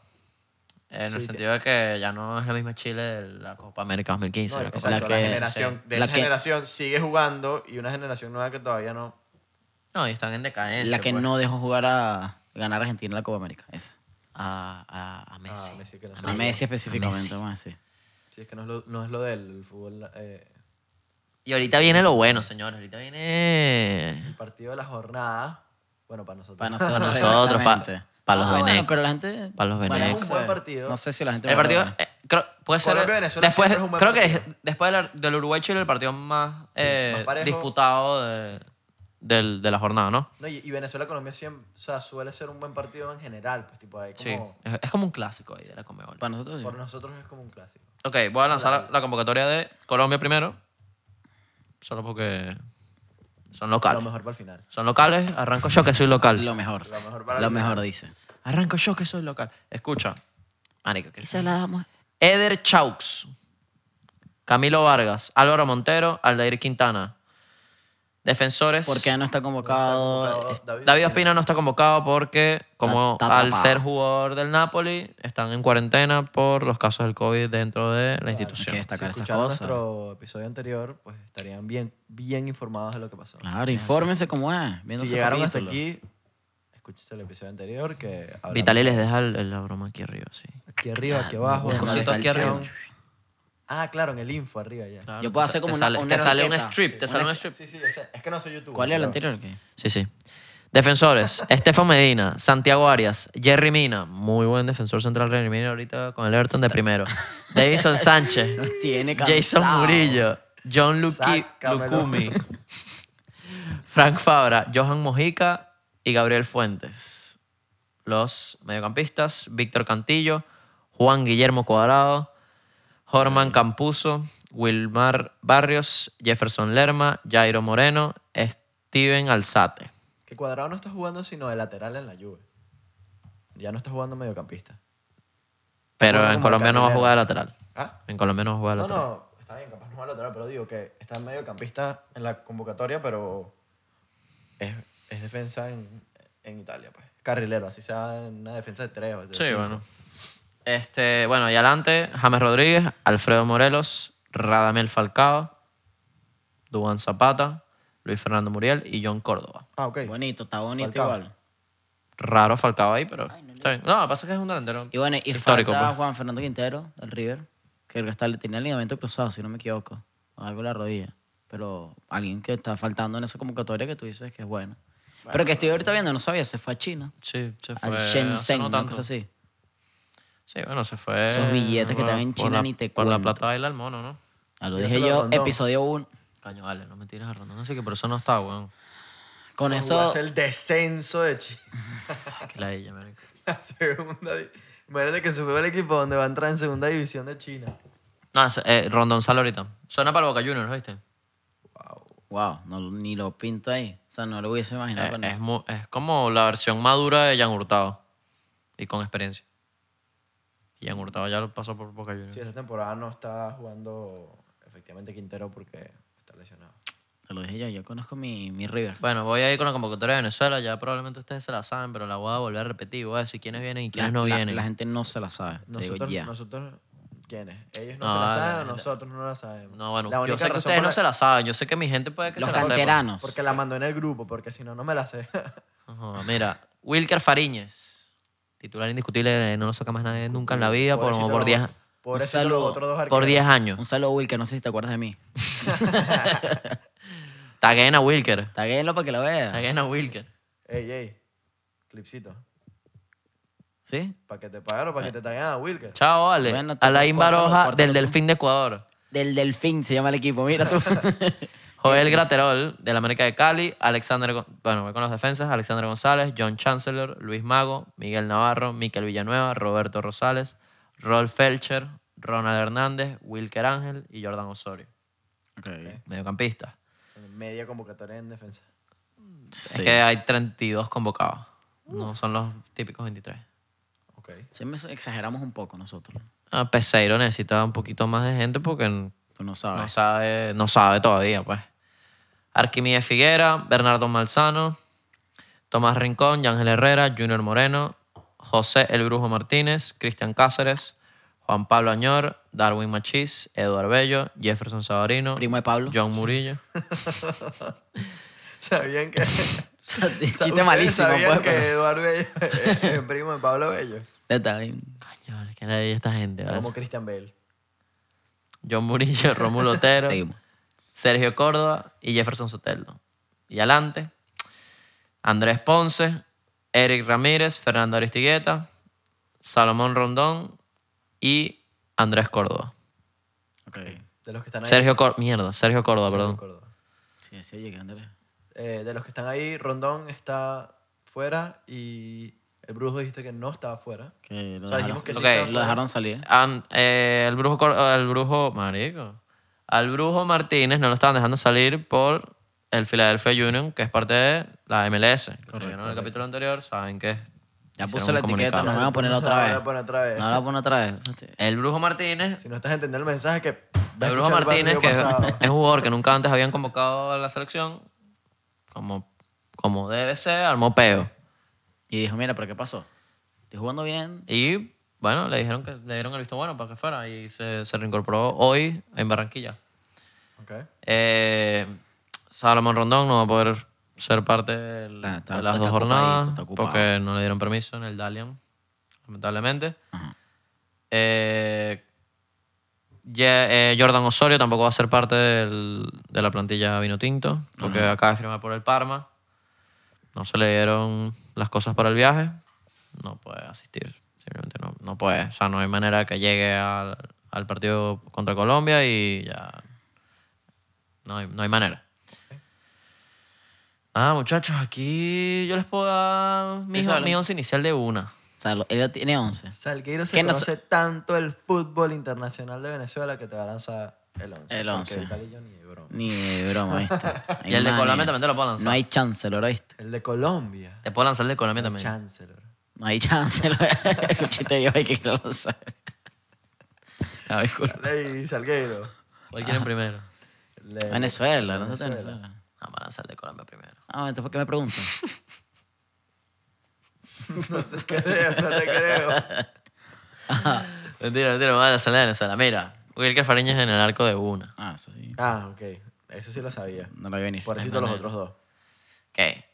Eh, En el Sí, sentido de que ya no es la misma Chile de la Copa América 2015. No, la Copa exacto, la la, que- generación sí. de La esa que- generación sigue jugando y una generación nueva que todavía no. No, y están en decadencia. La que pues. no dejó jugar a ganar a Argentina en la Copa América. Esa. A, a- a Messi. Ah, Messi, que no A sé. Messi específicamente, vamos a decir. Sí, es que no es lo, no es lo del fútbol. eh, Y ahorita viene lo bueno, señores. Ahorita viene. el partido de la jornada. Bueno, para [laughs] nosotros. Para nosotros, Para nosotros, pa- exactamente. pa los Ah, bueno, venecos. pero la gente... Pa los bueno, venecos. no Un buen sé. partido. No sé si la gente... El va a partido. ver. eh, creo, puede ser. Colombia-Venezuela después, siempre es un buen creo que partido. des- después del, del Uruguay-Chile, el partido más, eh, más parejo. disputado de, del- de la jornada, ¿no? No, y, y Venezuela-Colombia siempre. O sea, suele ser un buen partido en general. Pues tipo, ahí Sí. como. Es, es como un clásico ahí de la Conmebol. Para nosotros, sí. Por nosotros es como un clásico. Ok, voy a lanzar la, la convocatoria de Colombia primero. Solo porque son Lo locales. mejor para el final. Son locales, arranco yo que soy local. Lo mejor. Lo mejor para Lo el mejor, dice. Arranco yo que soy local. Escucha. Marico, ¿qué se la damos? Eder Chaux. Camilo Vargas. Álvaro Montero. Aldair Quintana. Defensores. ¿Por qué no está Está convocado? Eh, convocado David, David Ospina no está convocado porque, como Está- está al tapado. ser jugador del Napoli, están en cuarentena por los casos del COVID dentro de la Hay institución. que destacar si esas escucharon cosas. nuestro episodio anterior, pues estarían bien, bien informados de lo que pasó. Claro, infórmense cómo es. si Viendo ese llegaron hasta capítulo. aquí, escúchense el episodio anterior que hablamos Vitali les deja el- el- la broma aquí arriba, sí. aquí arriba, aquí abajo, Un en la cosito aquí descripción. arriba. Ah, claro, en el info arriba ya. Claro, Yo puedo te hacer como te una- sale, una Te sale un receta. strip, te Sí, sale una- un strip. Sí, sí, yo sé. Es que no soy youtuber. ¿Cuál es el pero- anterior? ¿Qué? Sí, sí. [laughs] Defensores, Estefan Medina, Santiago Arias, Jerry Mina, muy buen defensor central Jerry Mina ahorita con el Everton de primero. Davison [laughs] Sánchez, Nos tiene Jason cansado. Murillo, John Luqui, Sácamelo. Lucumi, Frank Fabra, Johan Mojica y Gabriel Fuentes. Los mediocampistas, Víctor Cantillo, Juan Guillermo Cuadrado, Jorman Campuso, Wilmar Barrios, Jefferson Lerma, Jairo Moreno, Steven Alzate. Que Cuadrado no está jugando sino de lateral en la Juve. Ya no está jugando mediocampista. Pero Juega en como Colombia no va a carrilero. jugar de lateral. ¿Ah? En Colombia no va a jugar de No, lateral. no, está bien, capaz no juega lateral, pero digo que está mediocampista en la convocatoria, pero es, es defensa en, en Italia, pues. Carrilero, así sea en una defensa de tres. o de Sí, cinco. bueno. Este, bueno, y adelante, James Rodríguez, Alfredo Morelos, Radamel Falcao, Dubán Zapata, Luis Fernando Muriel y John Córdoba. Ah, ok. Bonito, está bonito Falcao. igual. Raro Falcao ahí, pero está bien. No, lo que pasa es que es un delantero Y bueno, y histórico. falta pues. Juan Fernando Quintero, del River, que el está, tenía el ligamento cruzado, si no me equivoco, o algo en la rodilla. Pero alguien que está faltando en esa convocatoria que tú dices que es bueno. pero que estoy ahorita viendo, no sabía, se fue a China. Sí, se fue. Al hace Shenzhen, no una tanto. cosa así. Sí, bueno, se fue. Esos billetes que por- están en por China la- ni te Por la cuento. plata baila el mono, ¿no? Ah, lo Yo dije se lo yo, rondó. episodio 1. Caño, vale, no me tires a Rondón, así que por eso no está, weón. Con Eso eso, es el descenso de Chile. Ay, que la ella, marico. [laughs] La segunda. di- Imagínate que subió el equipo donde va a entrar en segunda división de China. No, se- eh, Rondón sale ahorita. Suena para el Boca Juniors, ¿viste? wow, no, ni lo pinto ahí. O sea, no lo hubiese imaginado Eh, con es, eso. mu- es como la versión madura de Jan Hurtado. Y con experiencia. Y Jan Hurtado ya lo pasó por Boca Juniors. Sí, esta temporada no está jugando efectivamente Quintero porque está lesionado. Te lo dije yo, yo conozco mi, mi River. Bueno, voy a ir con la convocatoria de Venezuela. Ya probablemente ustedes se la saben, pero la voy a volver a repetir. Voy a decir quiénes vienen y quiénes La- no la- vienen. La gente no se la sabe. Te digo Nosotros, ya. nosotros ¿Quiénes? ¿Ellos no, No, se la vale, saben o vale. nosotros no la sabemos? No, bueno, La yo única sé que razón ustedes por no se la saben. Yo sé que mi gente puede que Los se la sepa. canteranos. Porque la mandó en el grupo, porque si no, no me [laughs] la sé. Ajá, mira, Wilker Fariñez, titular indiscutible, de no lo saca más nadie nunca en la vida, por, Pobrecito por los- 10 Pobrecito saludo. los otros dos por arqueros. 10 años. Un saludo, Will, que no sé si te acuerdas de mí. Taguen a Wilker. Taguéenlo para que lo vea. Taguen a Wilker. Ey, ey. Clipsito. ¿Sí? Para que te pagaron, para que te traigan a Wilker. Chao, Ale. Bueno, te- Alain córtalo, Baroja, córtalo del tú. Delfín de Ecuador. Del Delfín se llama el equipo, [laughs] mira tú. Joel Graterol, del América de Cali. Alexander, Gon- bueno, voy con las defensas. Alexander González, John Chancellor, Luis Mago, Miguel Navarro, Miquel Villanueva, Roberto Rosales, Rolf Felcher, Ronald Hernández, Wilker Ángel y Jordan Osorio. Mediocampista. Media convocatoria en defensa. Sí. Es que hay 32 convocados. No son los típicos 23. [laughs] Ok. Sí, me exageramos un poco nosotros. Ah, Peseiro necesitaba un poquito más de gente porque n- Tú no no sabes. sabe, no sabe todavía, pues. Arquimías Figuera, Bernardo Malzano, Tomás Rincón, Yángel Herrera, Junior Moreno, José El Brujo Martínez, Cristian Cáceres, Juan Pablo Añor, Darwin Machís, Eduardo Bello, Jefferson Sabarino, Primo de Pablo. John Murillo. ¿Sabían que...? [laughs] [laughs] O sea, Chiste ¿Ustedes malísimo, pues. ¿Sabían que pero- Eduardo Bello [laughs] es es primo de Pablo Bello? Está bien. [laughs] Coño, vale, ¿qué le di a esta gente? vale? Como Christian Bale. John Murillo, Romulo Otero, Seguimos. Sergio Córdoba y Jefferson Sotelo. Y adelante, Andrés Ponce, Eric Ramírez, Fernando Aristigueta, Salomón Rondón y Andrés Córdoba. Ok. De los que están ahí. Sergio Córdoba, mierda, Sergio Córdoba, perdón. Córdoba. Sí, sí, llegué, Andrés. Eh, de los que están ahí, Rondón está fuera y el Brujo dijiste que no estaba fuera. Que lo, O sea, dejaron, dijimos que sí lo estaba dejaron fuera. salir. An- eh, el brujo, Cor- el brujo, marico, al brujo Martínez no lo estaban dejando salir por el Philadelphia Union, que es parte de la MLS. Correcto. En el capítulo anterior saben que Ya hicieron puse un la etiqueta, comunicado. no me voy a poner No, otra no, vez. no, pon otra vez. No la pongo otra vez. El brujo Martínez Si no estás entendiendo el mensaje, que. ve a El Brujo escuchar el Martínez, que es, partido [laughs] pasado. es jugador que nunca antes habían convocado a la selección, como, como debe ser, armó peo. Y dijo, mira, ¿pero qué pasó? Estoy jugando bien. Y bueno, le dijeron que le dieron el visto bueno para que fuera y se, se reincorporó hoy en Barranquilla. Ok. Eh, Salomón Rondón no va a poder ser parte del- Está- está- de las está dos ocupadito, jornadas está ocupado. porque no le dieron permiso en el Dalian, lamentablemente. Ajá. Eh, Ye- eh, Jordan Osorio tampoco va a ser parte del- de la plantilla Vino Tinto, porque acaba de firmar por el Parma. No se le dieron las cosas para el viaje. No puede asistir. Simplemente no, no puede. O sea, no hay manera que llegue al, al partido contra Colombia y ya. No hay, no hay manera. Ah, muchachos, aquí yo les puedo dar mi, Eso, mi once inicial de una. O sea, lo- él tiene 11. Salgueiro se Que no conoce tanto el fútbol internacional de Venezuela que te va a lanzar el 11. El once. ni de broma. Ni de [laughs] broma, ¿viste? Y el de Hay Colombia manera. también te lo puedo lanzar. No hay chance, ¿lo oíste? El de Colombia. Te puedo lanzar el de Colombia también. [laughs] Chancellor. No hay [laughs] chance, lo Escuchiste yo y que lo sabe. Ah, disculpa. Ley Salgueiro. ¿Cuál quieren primero? [laughs] Le- Venezuela, no sé de Venezuela. Vamos a lanzar el de Colombia primero. Ah, entonces, ¿por qué me preguntan? No te creo, no te creo. Mentira, mentira, vamos a lanzar el de Venezuela. Mira, Wilker Fariñas en el arco de una. Ah, eso sí. Ah, ok. Eso sí lo sabía. No lo voy a venir. Por eso los otros dos. Ok.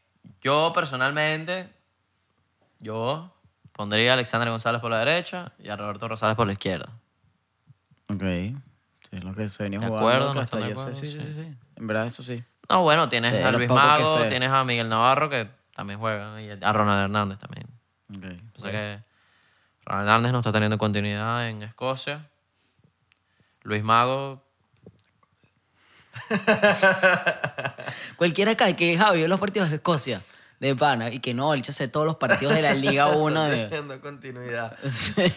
Yo personalmente, yo pondría a Alexander González por la derecha y a Roberto Rosales por la izquierda. Ok. Sí, es lo que se venía De jugando. acuerdo, que no hasta están de yo sé. acuerdo, Sí, sí, sí. sí, sí. En verdad, eso sí. No, bueno, tienes De a lo Luis poco que Mago, sé. tienes a Miguel Navarro que también juega y a Ronald Hernández también. Ok. O Pues, sea que Ronald Hernández no está teniendo continuidad en Escocia. Luis Mago, Cualquiera que, que Javi vio los partidos de Escocia, de pana, y que no, el hecho hace todos los partidos de la [laughs] Liga 1. De... [laughs] Teniendo continuidad. Sí.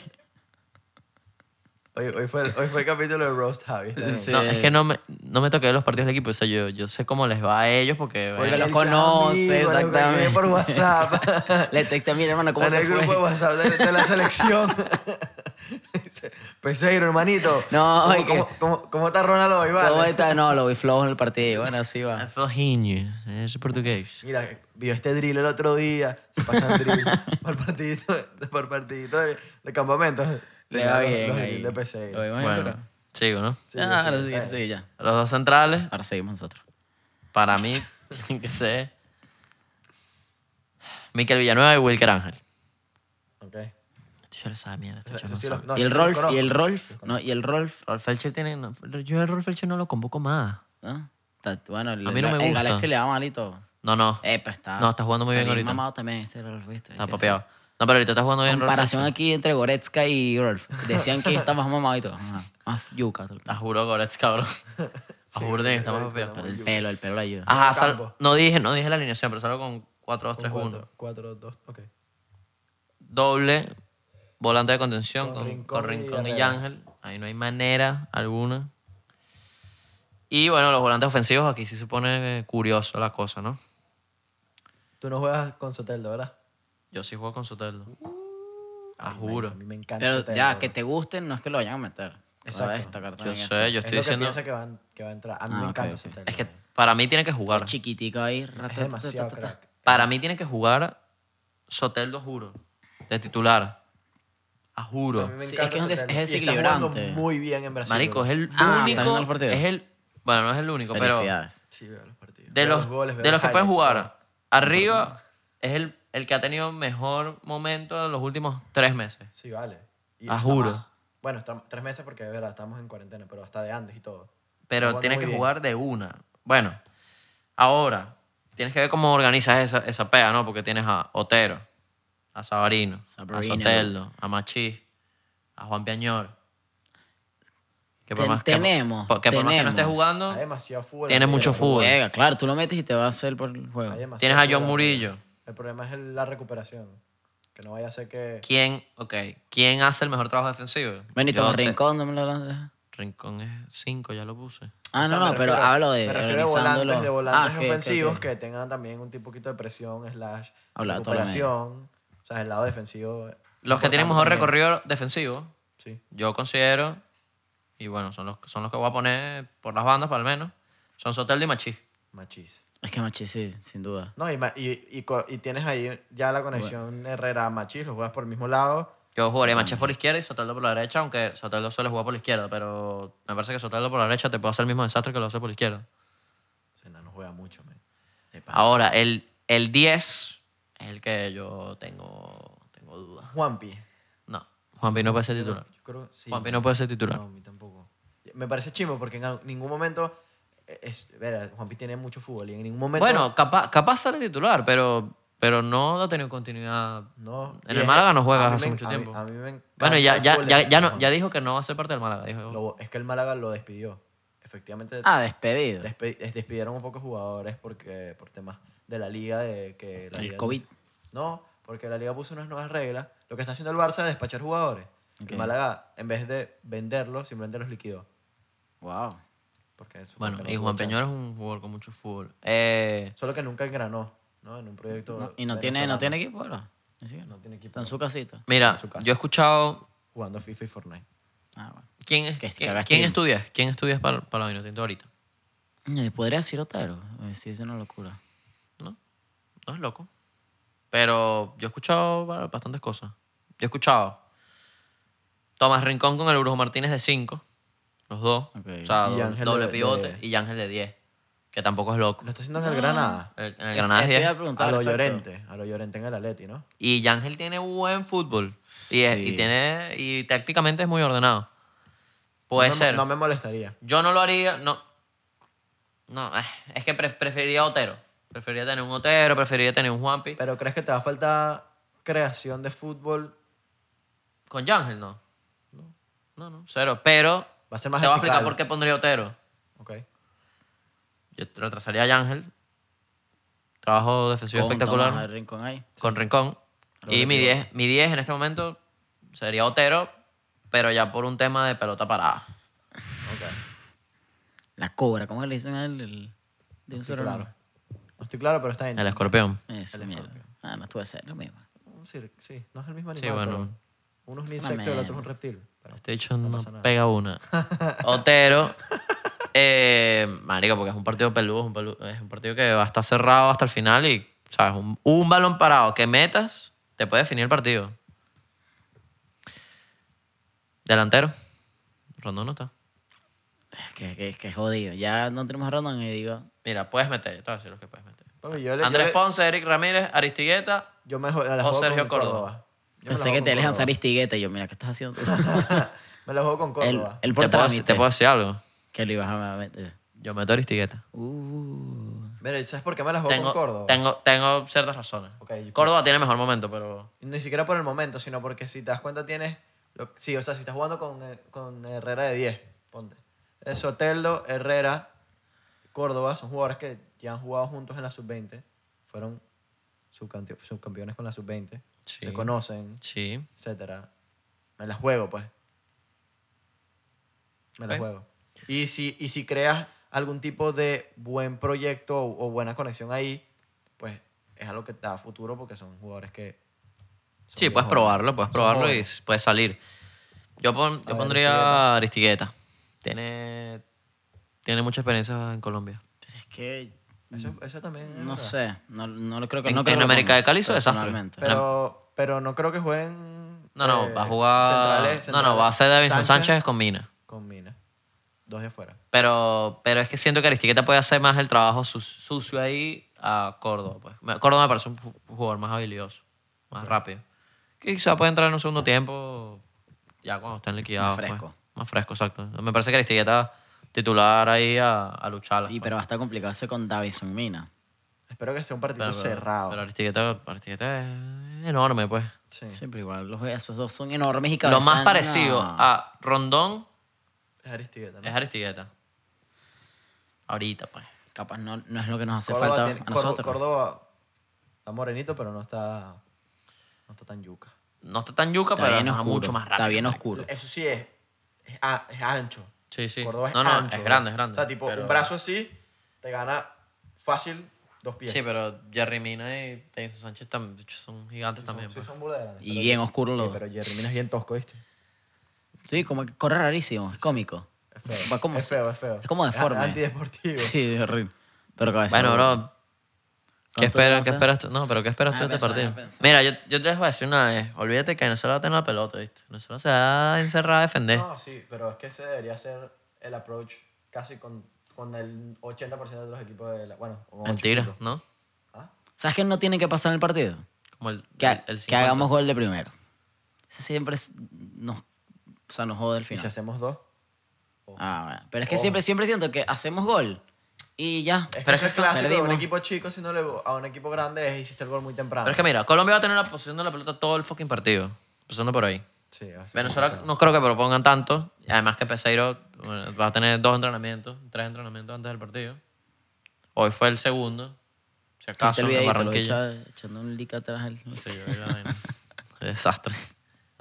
Hoy, hoy, fue, el- hoy fue el capítulo de Roast Javi. está bien. Sí. No, es que no me, no me toqué los partidos del equipo. O sea, yo, yo sé cómo les va a ellos porque... Porque bueno, los El conoce, amigo, lo que exactamente. escribe por [laughs] WhatsApp. Le texté a mi hermano cómo en te el grupo de fue. WhatsApp de, de la selección. [laughs] Dice, Peseiro, hermanito. No, ¿cómo, y que- cómo, cómo- cómo está Ronald hoy, vale? ¿Cómo está? No, lo vi flojo en el partido. Bueno, así Ah, va. Jorginho, es portugués. Mira, vio este drill el [laughs] otro día. Se pasa el drill por partidito, por partidito de, de campamento. Le va los- bien los ahí. Gil de PSI. Lo vimos Bueno, ahí, sigo, ¿no? Sí, pero... Ah, sí, sí. ahora eh. sí, ahora sí, ya. Los dos centrales, Ahora seguimos nosotros. para mí, [laughs] tienen que ser Miquel Villanueva y Wilker Ángel. Ok. Este yo le sabe mierda. Este yo Eso no sí sabe. los- no, y eso el sí los Rolf, y el conozco. Rolf, no, y el Rolf, Rolf Felcher tiene... no, yo a Rolf Felcher no lo convoco más. ¿no? Está- bueno, el, A mí no me el gusta. Galaxy le va malito. No, no. Eh, Epa, está. No, está jugando muy bien ahorita. mamado también este Rolf, ¿viste? Está Que papeado. No, pero ahorita está jugando sí. bien Rolf Comparación Felcher. aquí entre Goretzka y Rolf. Decían que está más mamado y todo. Ajá, Más yuca. todo. Ah, juro, Goretz, [laughs] cabrón. A juro que está más Goretzka papeado. está Pero el pelo, el pelo le ayuda. Ajá, sal- Campo. no dije, no dije la alineación, pero salgo con 4, 2, 3, 1. 4, 4, 2, ok. Doble, volante de contención Con con, Rincón con y Rincón y, Herrera. Ángel. Ahí no hay manera alguna. Y bueno, los volantes ofensivos, aquí sí se pone eh, curioso la cosa, ¿no? Tú no juegas con Soteldo, ¿verdad? Yo sí juego con Soteldo. Uh. Ah, A juro. mí me encanta Pero Soteldo, ya, bro. que te gusten, no es que lo vayan a meter. Exacto. Cabe destacar Yo también eso. sé, yo estoy Es lo que diciendo. piensa que, van, que va a entrar. A mí Ah, me ok, encanta ok. Soteldo. Es que para mí tiene que jugar. Chiquitico ahí. es ratata, demasiado ta, ta, ta. crack. Para mí tiene que jugar Soteldo, juro. De titular. A A juro. mí me Sí, es encanta que es un des- Soteldo. es Y está jugando desequilibrante. muy bien en Brasil. Marico, es bro. el Ah, ¿está viendo los único. partidos? Es el, bueno, no es el único, pero. Felicidades. Sí, veo los partidos. De Veo los, goles, veo de los que pueden highlights, bro. jugar, arriba es el, el que ha tenido mejor momento en los últimos tres meses. Sí, vale. Y Ah, hasta juro. más. Bueno, hasta tres meses porque, de verdad, estamos en cuarentena, pero hasta de antes y todo. Pero Jugando tienes muy que bien. jugar de una. Bueno, ahora tienes que ver cómo organizas esa, esa pea, ¿no? Porque tienes a Otero, a Sabarino, a Sabarino. Soteldo, a Machís, a Juan Piañor. Que Ten- que- tenemos, por- que por más que no estés tenemos. jugando, Hay demasiado fútbol. Tiene en mucho Brasil, bro. fútbol. Juega, claro, tú lo metes y te va a hacer por el Hay juego. demasiado tienes a fútbol, John bro. Murillo. El problema es el- la recuperación. Que no vaya a ser que... ¿Quién, okay, ¿quién hace el mejor trabajo defensivo? Benito Yo te- Rincón, no me lo lanzas. Rincón es 5, ya lo puse. Ah, O sea, no, me no, pero refiero- hablo de. Me refiero a volantes, organizándolo. de volantes Ah, ok, ok, ofensivos ok. que tengan también un poquito de presión, slash, Habla de todo lo recuperación. O sea, el lado defensivo. Los que tienen importante mejor también. recorrido defensivo, Sí. yo considero, y bueno, son los, son los que voy a poner por las bandas, para al menos, son Soteldo y Machís. Machis. Es que Machi, sí, sin duda. No, y, ma- y, y, co- y tienes ahí ya la conexión Herrera-Machis, los juegas por el mismo lado. Yo jugaría Machís por la izquierda y Soteldo por la derecha, aunque Soteldo suele jugar por la izquierda, pero me parece que Soteldo por la derecha te puede hacer el mismo desastre que lo hace por la izquierda. O sea, no, no juega mucho, man. Ahora, el, el 10 es el que yo tengo, tengo dudas. Juanpi. No, Juanpi no puede ser titular. Yo creo sí. Juanpi no puede ser titular. No, a mí tampoco. Me parece chimo porque en al- ningún momento... eh, Es, ver, Juanpi tiene mucho fútbol y en ningún momento... Bueno, capaz, capaz sale titular, pero, pero no ha tenido continuidad. no, en y el es- Málaga no juegas a mí hace me- mucho a mí- tiempo. a mí me encanta Bueno, ya, el ya, fútbol ya, de ya no, Juanpi. ya dijo que no va a ser parte del Málaga. Dijo, Lo- es que el Málaga lo despidió. Efectivamente, Ah, despedido. despe- es- despidieron un poco jugadores porque, por temas de la liga. De, que la El liga COVID. no, porque la liga puso unas nuevas reglas. Lo que está haciendo el Barça es despachar jugadores. El Ok. Málaga, en vez de venderlos, simplemente los liquidó. Wow. Porque eso- bueno, porque no y tuvo Juan chance. Peñón es un jugador con mucho fútbol. Eh, Solo que nunca engranó ¿no? en un proyecto. y no tiene, venezolano. no tiene equipo ahora. Ni siquiera. No tiene equipo. Está en su casita. mira, En su casa. yo he escuchado. Jugando FIFA y Fortnite. Ah, bueno. ¿Quién, es, Que- que quién, haga quién stream. estudias? ¿Quién estudias para, para Vinotinto ahorita? Coño, Podría decir Otero. Eh, Sí, es una locura. No, no es loco. Pero yo he escuchado ba- bastantes cosas. Yo he escuchado Tomás Rincón con el Brujo Martínez de 5, los dos. Ok. O sea, Y do- Ángel doble de- pivote. de- Y Ángel de 10, que tampoco es loco. Lo está haciendo en el Granada. El- en el Es- Granada es eso 10. iba Ah, a A preguntar. lo exacto. Llorente. A lo Llorente en el Atleti, ¿no? Y Yangel tiene buen fútbol. Y, es- y Sí. tiene y tácticamente es muy ordenado. Puede no me- ser. No me molestaría. Yo no lo haría, no. No, eh, es que pref- preferiría Otero. Preferiría tener un Otero, preferiría tener un Juanpi. Pero ¿crees que te va a faltar creación de fútbol? Con Yangel no. No, no, cero. Pero Va a ser más te voy a explicar vertical. por qué pondría Otero. Ok. Yo retrasaría a Yangel. Trabajo defensivo Con espectacular. Tomás Rincón ahí. con Rincón. Y mi 10 mi 10 en este momento sería Otero, pero ya por un tema de pelota parada. Ok. La cobra, ¿cómo le dicen a él? El, de un Estoy solo claro. No estoy claro, pero está bien. El escorpión. nombre. Eso, El mierda. escorpio. Ah, no estuve cerca, lo mismo. Un cir- Sí, no es el mismo Sí, animal. pero bueno. Uno es un insecto y el mierda. otro es un reptil. Pero Este dicho no, pega [laughs] una. Otero. Eh, marico, porque es un partido peludo, es un, pelu- es un partido que va a estar cerrado hasta el final y, ¿sabes? Un, un balón parado que metas te puede definir el partido. Delantero. Rondón no está. Es que, que, que jodido. Ya no tenemos a Rondón y digo, Mira, puedes meter. Te voy a decir lo que puedes meter. Papi, yo le- yo Andrés le- Ponce, Eric Ramírez, Aristigueta. Yo me jo- la o juego Sergio con Córdoba. Yo me la pensé juego que con te dejan Córdoba. salir tiguete. Y yo, mira, ¿qué estás haciendo [laughs] tú? [laughs] Me la juego con el, Córdoba. el Te portero puedo, a mí, te puedo decir algo. Que lo ibas a meter. Yo meto a Aristigueta. Uh, Mira, ¿sabes por qué me la juego con Tengo, Córdoba? tengo, tengo ciertas razones. Ok, yo- Córdoba tiene mejor momento, pero. Ni siquiera por el momento, sino porque si te das cuenta tienes... lo- sí, o sea, si estás jugando con, eh, con Herrera de 10, ponte. Eh, Soteldo, Herrera, Córdoba, son jugadores que ya han jugado juntos en la sub-20. Fueron subcampe- subcampeones con la sub-20. Sí. Se conocen, Sí. etcétera. Me la juego, pues. Me la Ok. juego. Y si, y si creas algún tipo de buen proyecto o, o buena conexión ahí, pues es algo que te da futuro porque son jugadores que... son Sí, bien puedes jóvenes. probarlo, puedes Son probarlo y jóvenes. puedes salir. Yo, pon- yo ver, pondría Aristigueta. Tiene, tiene mucha experiencia en Colombia. pero es que. Eso, eso también... es No verdad. sé. No, no lo creo que. En- no creo en que lo América ponga, de Cali hizo desastre. personalmente. Pero, pero no creo que jueguen... No, no, eh, va a jugar. centrales- no, no, va a ser centrales. Davinson Sánchez, con Mina. Con Mina. Dos de afuera. Pero, pero es que siento que Aristigueta puede hacer más el trabajo su- sucio ahí a Córdoba. Pues. Me- Córdoba me parece un ju- jugador más habilidoso, más rápido. Que quizá puede entrar en un segundo tiempo ya cuando estén liquidados. pues. fresco. Más fresco, exacto. Me parece que Aristigueta titular ahí a, a lucharla. Y, pero va a estar complicado ese con Davison Mina. Espero que sea un partido cerrado. Pero Aristigueta, Aristigueta es enorme, pues. sí. Sí, pero igual los, esos dos son enormes y Lo cabezas. más parecido no. a Rondón Es Aristigueta, ¿no? es Aristigueta. Ahorita, pues. Capaz no, no es lo que nos hace Córdoba falta tiene- a Córdoba- nosotros. Córdoba está morenito, pero no está, no está tan yuca. No está tan yuca, Está pero bien es oscuro. mucho más rápido. Está bien oscuro. Eso sí es, es, a- es ancho. Sí, sí. Córdoba es no, no, ancho, es bro. grande, es grande. O sea, tipo, Pero- un brazo así te gana fácil dos pies. Sí, pero Jerry Mina y Davidson Sánchez tam- son gigantes Sí, son- también. sí, pues. son burda de grandes, Y pero- bien oscuro Sí, los pero dos. Jerry Mina es bien tosco, ¿viste? Sí, como que corre rarísimo. Es cómico. Es feo. Va como- es feo, es feo. es como deforme. a- antideportivo. Sí, es horrible. Pero cabeza. Bueno, bro. ¿Qué, ¿Cuánto espera- vas qué a- esperas tú? No, pero ¿qué esperas Ah, tú de este pensaba, partido? pensaba. Mira, yo, yo te les voy a decir una vez. Olvídate que Venezuela va a tener la pelota, ¿viste? Venezuela se va a encerrar a defender. No, sí, pero es que ese debería ser el approach casi con, con el 80% de los equipos de la... Bueno, con ocho Mentira, equipos. ¿no? ¿Ah? ¿Sabes qué no tiene que pasar en el partido? Como el, Que, el, el que 50. hagamos gol de primero. Eso siempre es- nos, o sea, nos jode el Y si final. hacemos dos... Ah, bueno. Pero es que siempre, siempre siento que hacemos gol y ya. Es que Pero eso es es que clásico de un perdimos. equipo chico, si no le a un equipo grande es hiciste el gol muy temprano. Pero es que mira, Colombia va a tener la posición de la pelota todo el fucking partido. Empezando por ahí. sí, así. Venezuela no creo que propongan tanto. y Además que Peseiro bueno, va a tener dos entrenamientos, tres entrenamientos antes del partido. Hoy fue el segundo. Si Quita acaso, el en videíto, lo Barranquilla. echa- echando un lick atrás. al- Sí, yo vi la vaina. [laughs] Qué desastre.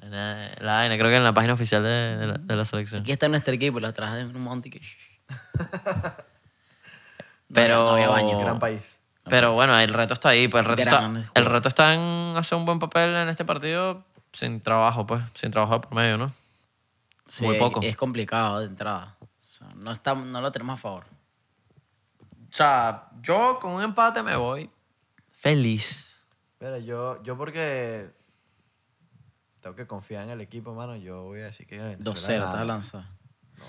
La vaina- la vaina, creo que en la página oficial de, de la, de la selección. Aquí está nuestro equipo, lo atrás de un monte y que... [laughs] Pero, no había baño. Gran país. pero bueno, el reto está ahí. Pues el, reto está, Gran el jugadores. reto está en hacer un buen papel en este partido sin trabajo, pues. Sin trabajo de por medio, ¿no? Sí, muy poco. Es complicado de entrada. O sea, no, está, no lo tenemos a favor. O sea, yo con un empate me voy feliz. Pero yo, yo porque tengo que confiar en el equipo, mano, yo voy a decir que Venezuela 2-0, te vas a gana lanzar.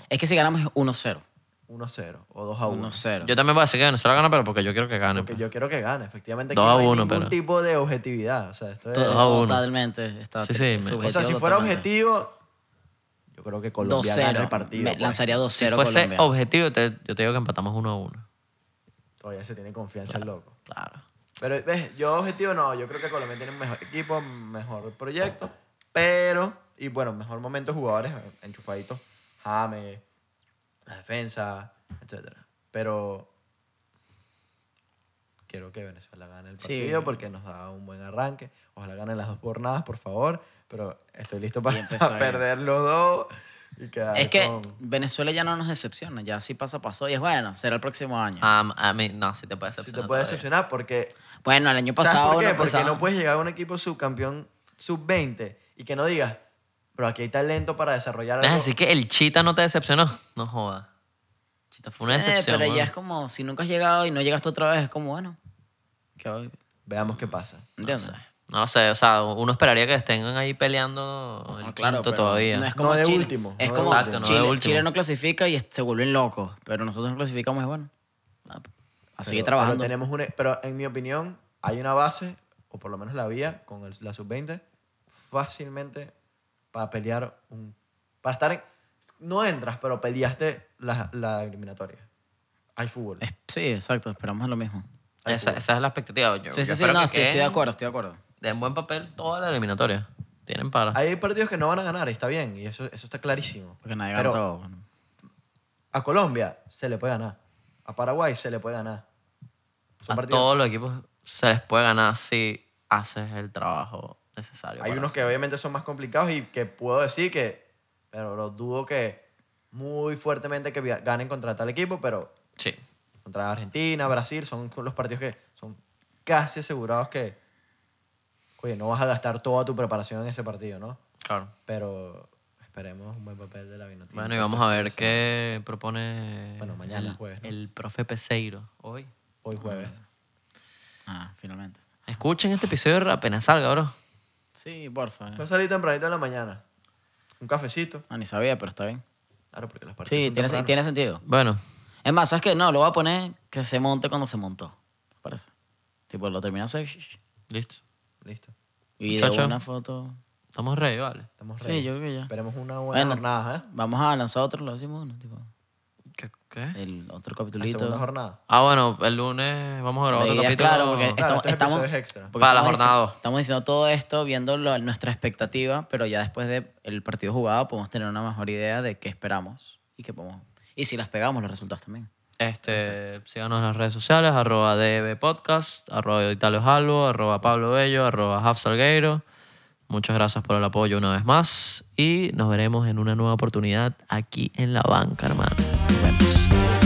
Es que si ganamos es 1-0. 1-0 o 2 a 1. 1-0. Yo también voy a decir que Venezuela gana, pero porque yo quiero que gane. Porque pues. yo quiero que gane, efectivamente. Dos aquí a no hay uno, ningún pero- tipo de objetividad. O sea, esto es- To- Dos a uno. Totalmente. Está Sí, sí, me- o sea si subjetivo fuera totalmente. objetivo, yo creo que Colombia gana el 2-0. partido. Me pues. lanzaría 2-0 Si fuese Colombia. objetivo, te- yo te digo que empatamos uno a uno. Todavía se tiene confianza el loco. Claro. Pero ves, yo objetivo no, yo creo que Colombia tiene un mejor equipo, mejor proyecto, pero, y bueno, mejor momento de jugadores eh, enchufaditos, James, la defensa, etcétera. Pero quiero que Venezuela gane el Sí. partido porque nos da un buen arranque. Ojalá ganen las dos jornadas, por favor, pero estoy listo Y para empezó [laughs] bien. perder los dos y quedar Es que con- Venezuela ya no nos decepciona. Ya si pasa, pasó. Y es bueno, será el próximo año. Ah, a mí, no, si te puede Si decepcionar. te puede todavía. decepcionar porque Bueno, el año ¿Sabes pasado por qué? no Porque pasaba. no puedes llegar a un equipo subcampeón sub-20 y que no digas, pero aquí hay talento para desarrollar Es algo. decir, que el Chita no te decepcionó. No joda. Chita fue una Sí, decepción. Pero ya weón. es como, si nunca has llegado y no llegaste otra vez, es como, bueno. que hoy- Veamos qué pasa. ¿Entiendes? sé. No sé, o sea, uno esperaría que estén ahí peleando el claro, quinto pero todavía. No es No como de Chile. último, Es no de como último. Exacto, no de Chile, último. Chile no clasifica y se vuelven locos, pero nosotros no clasificamos y bueno. nada, pues. A seguir Pero- pero trabajando. tenemos una- pero en mi opinión, hay una base, o por lo menos la había, con el- la sub-20, fácilmente para pelear un... Para estar en... No entras, pero peleaste la, la eliminatoria. Hay fútbol. Es- sí, exacto, esperamos lo mismo. Esa, esa es la expectativa. Yo, Sí, yo sí, sí, espero no, que estoy, estoy de queden- acuerdo, estoy de acuerdo. Den buen papel toda la eliminatoria. Tienen para. Hay partidos que no van a ganar, y está bien, y eso, eso está clarísimo. Porque nadie Pero gana todo. bueno. a Colombia se le puede ganar. A Paraguay se le puede ganar. Son a partidos- todos los equipos se les puede ganar si haces el trabajo necesario. Hay para unos que obviamente son más complicados y que puedo decir que, pero lo dudo que muy fuertemente que via- ganen contra tal equipo, pero hacerlo. Sí. contra Argentina, Brasil, son los partidos que son casi asegurados que, oye, no vas a gastar toda tu preparación en ese partido, ¿no? Claro. Pero esperemos un buen papel de la Vinotinto. Bueno, y vamos a ver qué propone Bueno, mañana el, jueves, ¿no? el profe Peseiro hoy. Hoy jueves. Ah, finalmente. Escuchen este episodio apenas salga, bro. Sí, porfa. eh. Voy a salir tempranito en la mañana. Un cafecito. No, ni sabía, pero está bien. Claro, porque los partidos Sí, son tiene, temprano. tiene sentido. Bueno, Es más, ¿sabes qué? No, lo voy a poner que se monte cuando se montó. ¿te Parece. Tipo, lo terminas listo. Listo. y de Muchacho. una foto. Estamos ready, vale. Estamos Sí, ready. yo creo que ya. Esperemos una buena Bueno. jornada, ¿eh? Vamos a lanzar otro, lo decimos uno, tipo. ¿Qué? qué? El otro La segunda capitulito. jornada. Ah, bueno, el lunes vamos a grabar La otro idea es capítulo. claro, porque Claro, estamos, estos estamos- episodios extra. porque Para la estamos jornada dici- dos. Estamos diciendo todo esto, viendo lo- nuestra expectativa, pero ya después del partido jugado podemos tener una mejor idea de qué esperamos y qué podemos. Y si las pegamos, los resultados también. Este, síganos en las redes sociales, arroba DB Podcast, arroba Italio Jalbo, arroba Pablo Bello, arroba Haf Salgueiro. Muchas gracias por el apoyo una vez más y nos veremos en una nueva oportunidad aquí en La Banca, hermano. Nos vemos.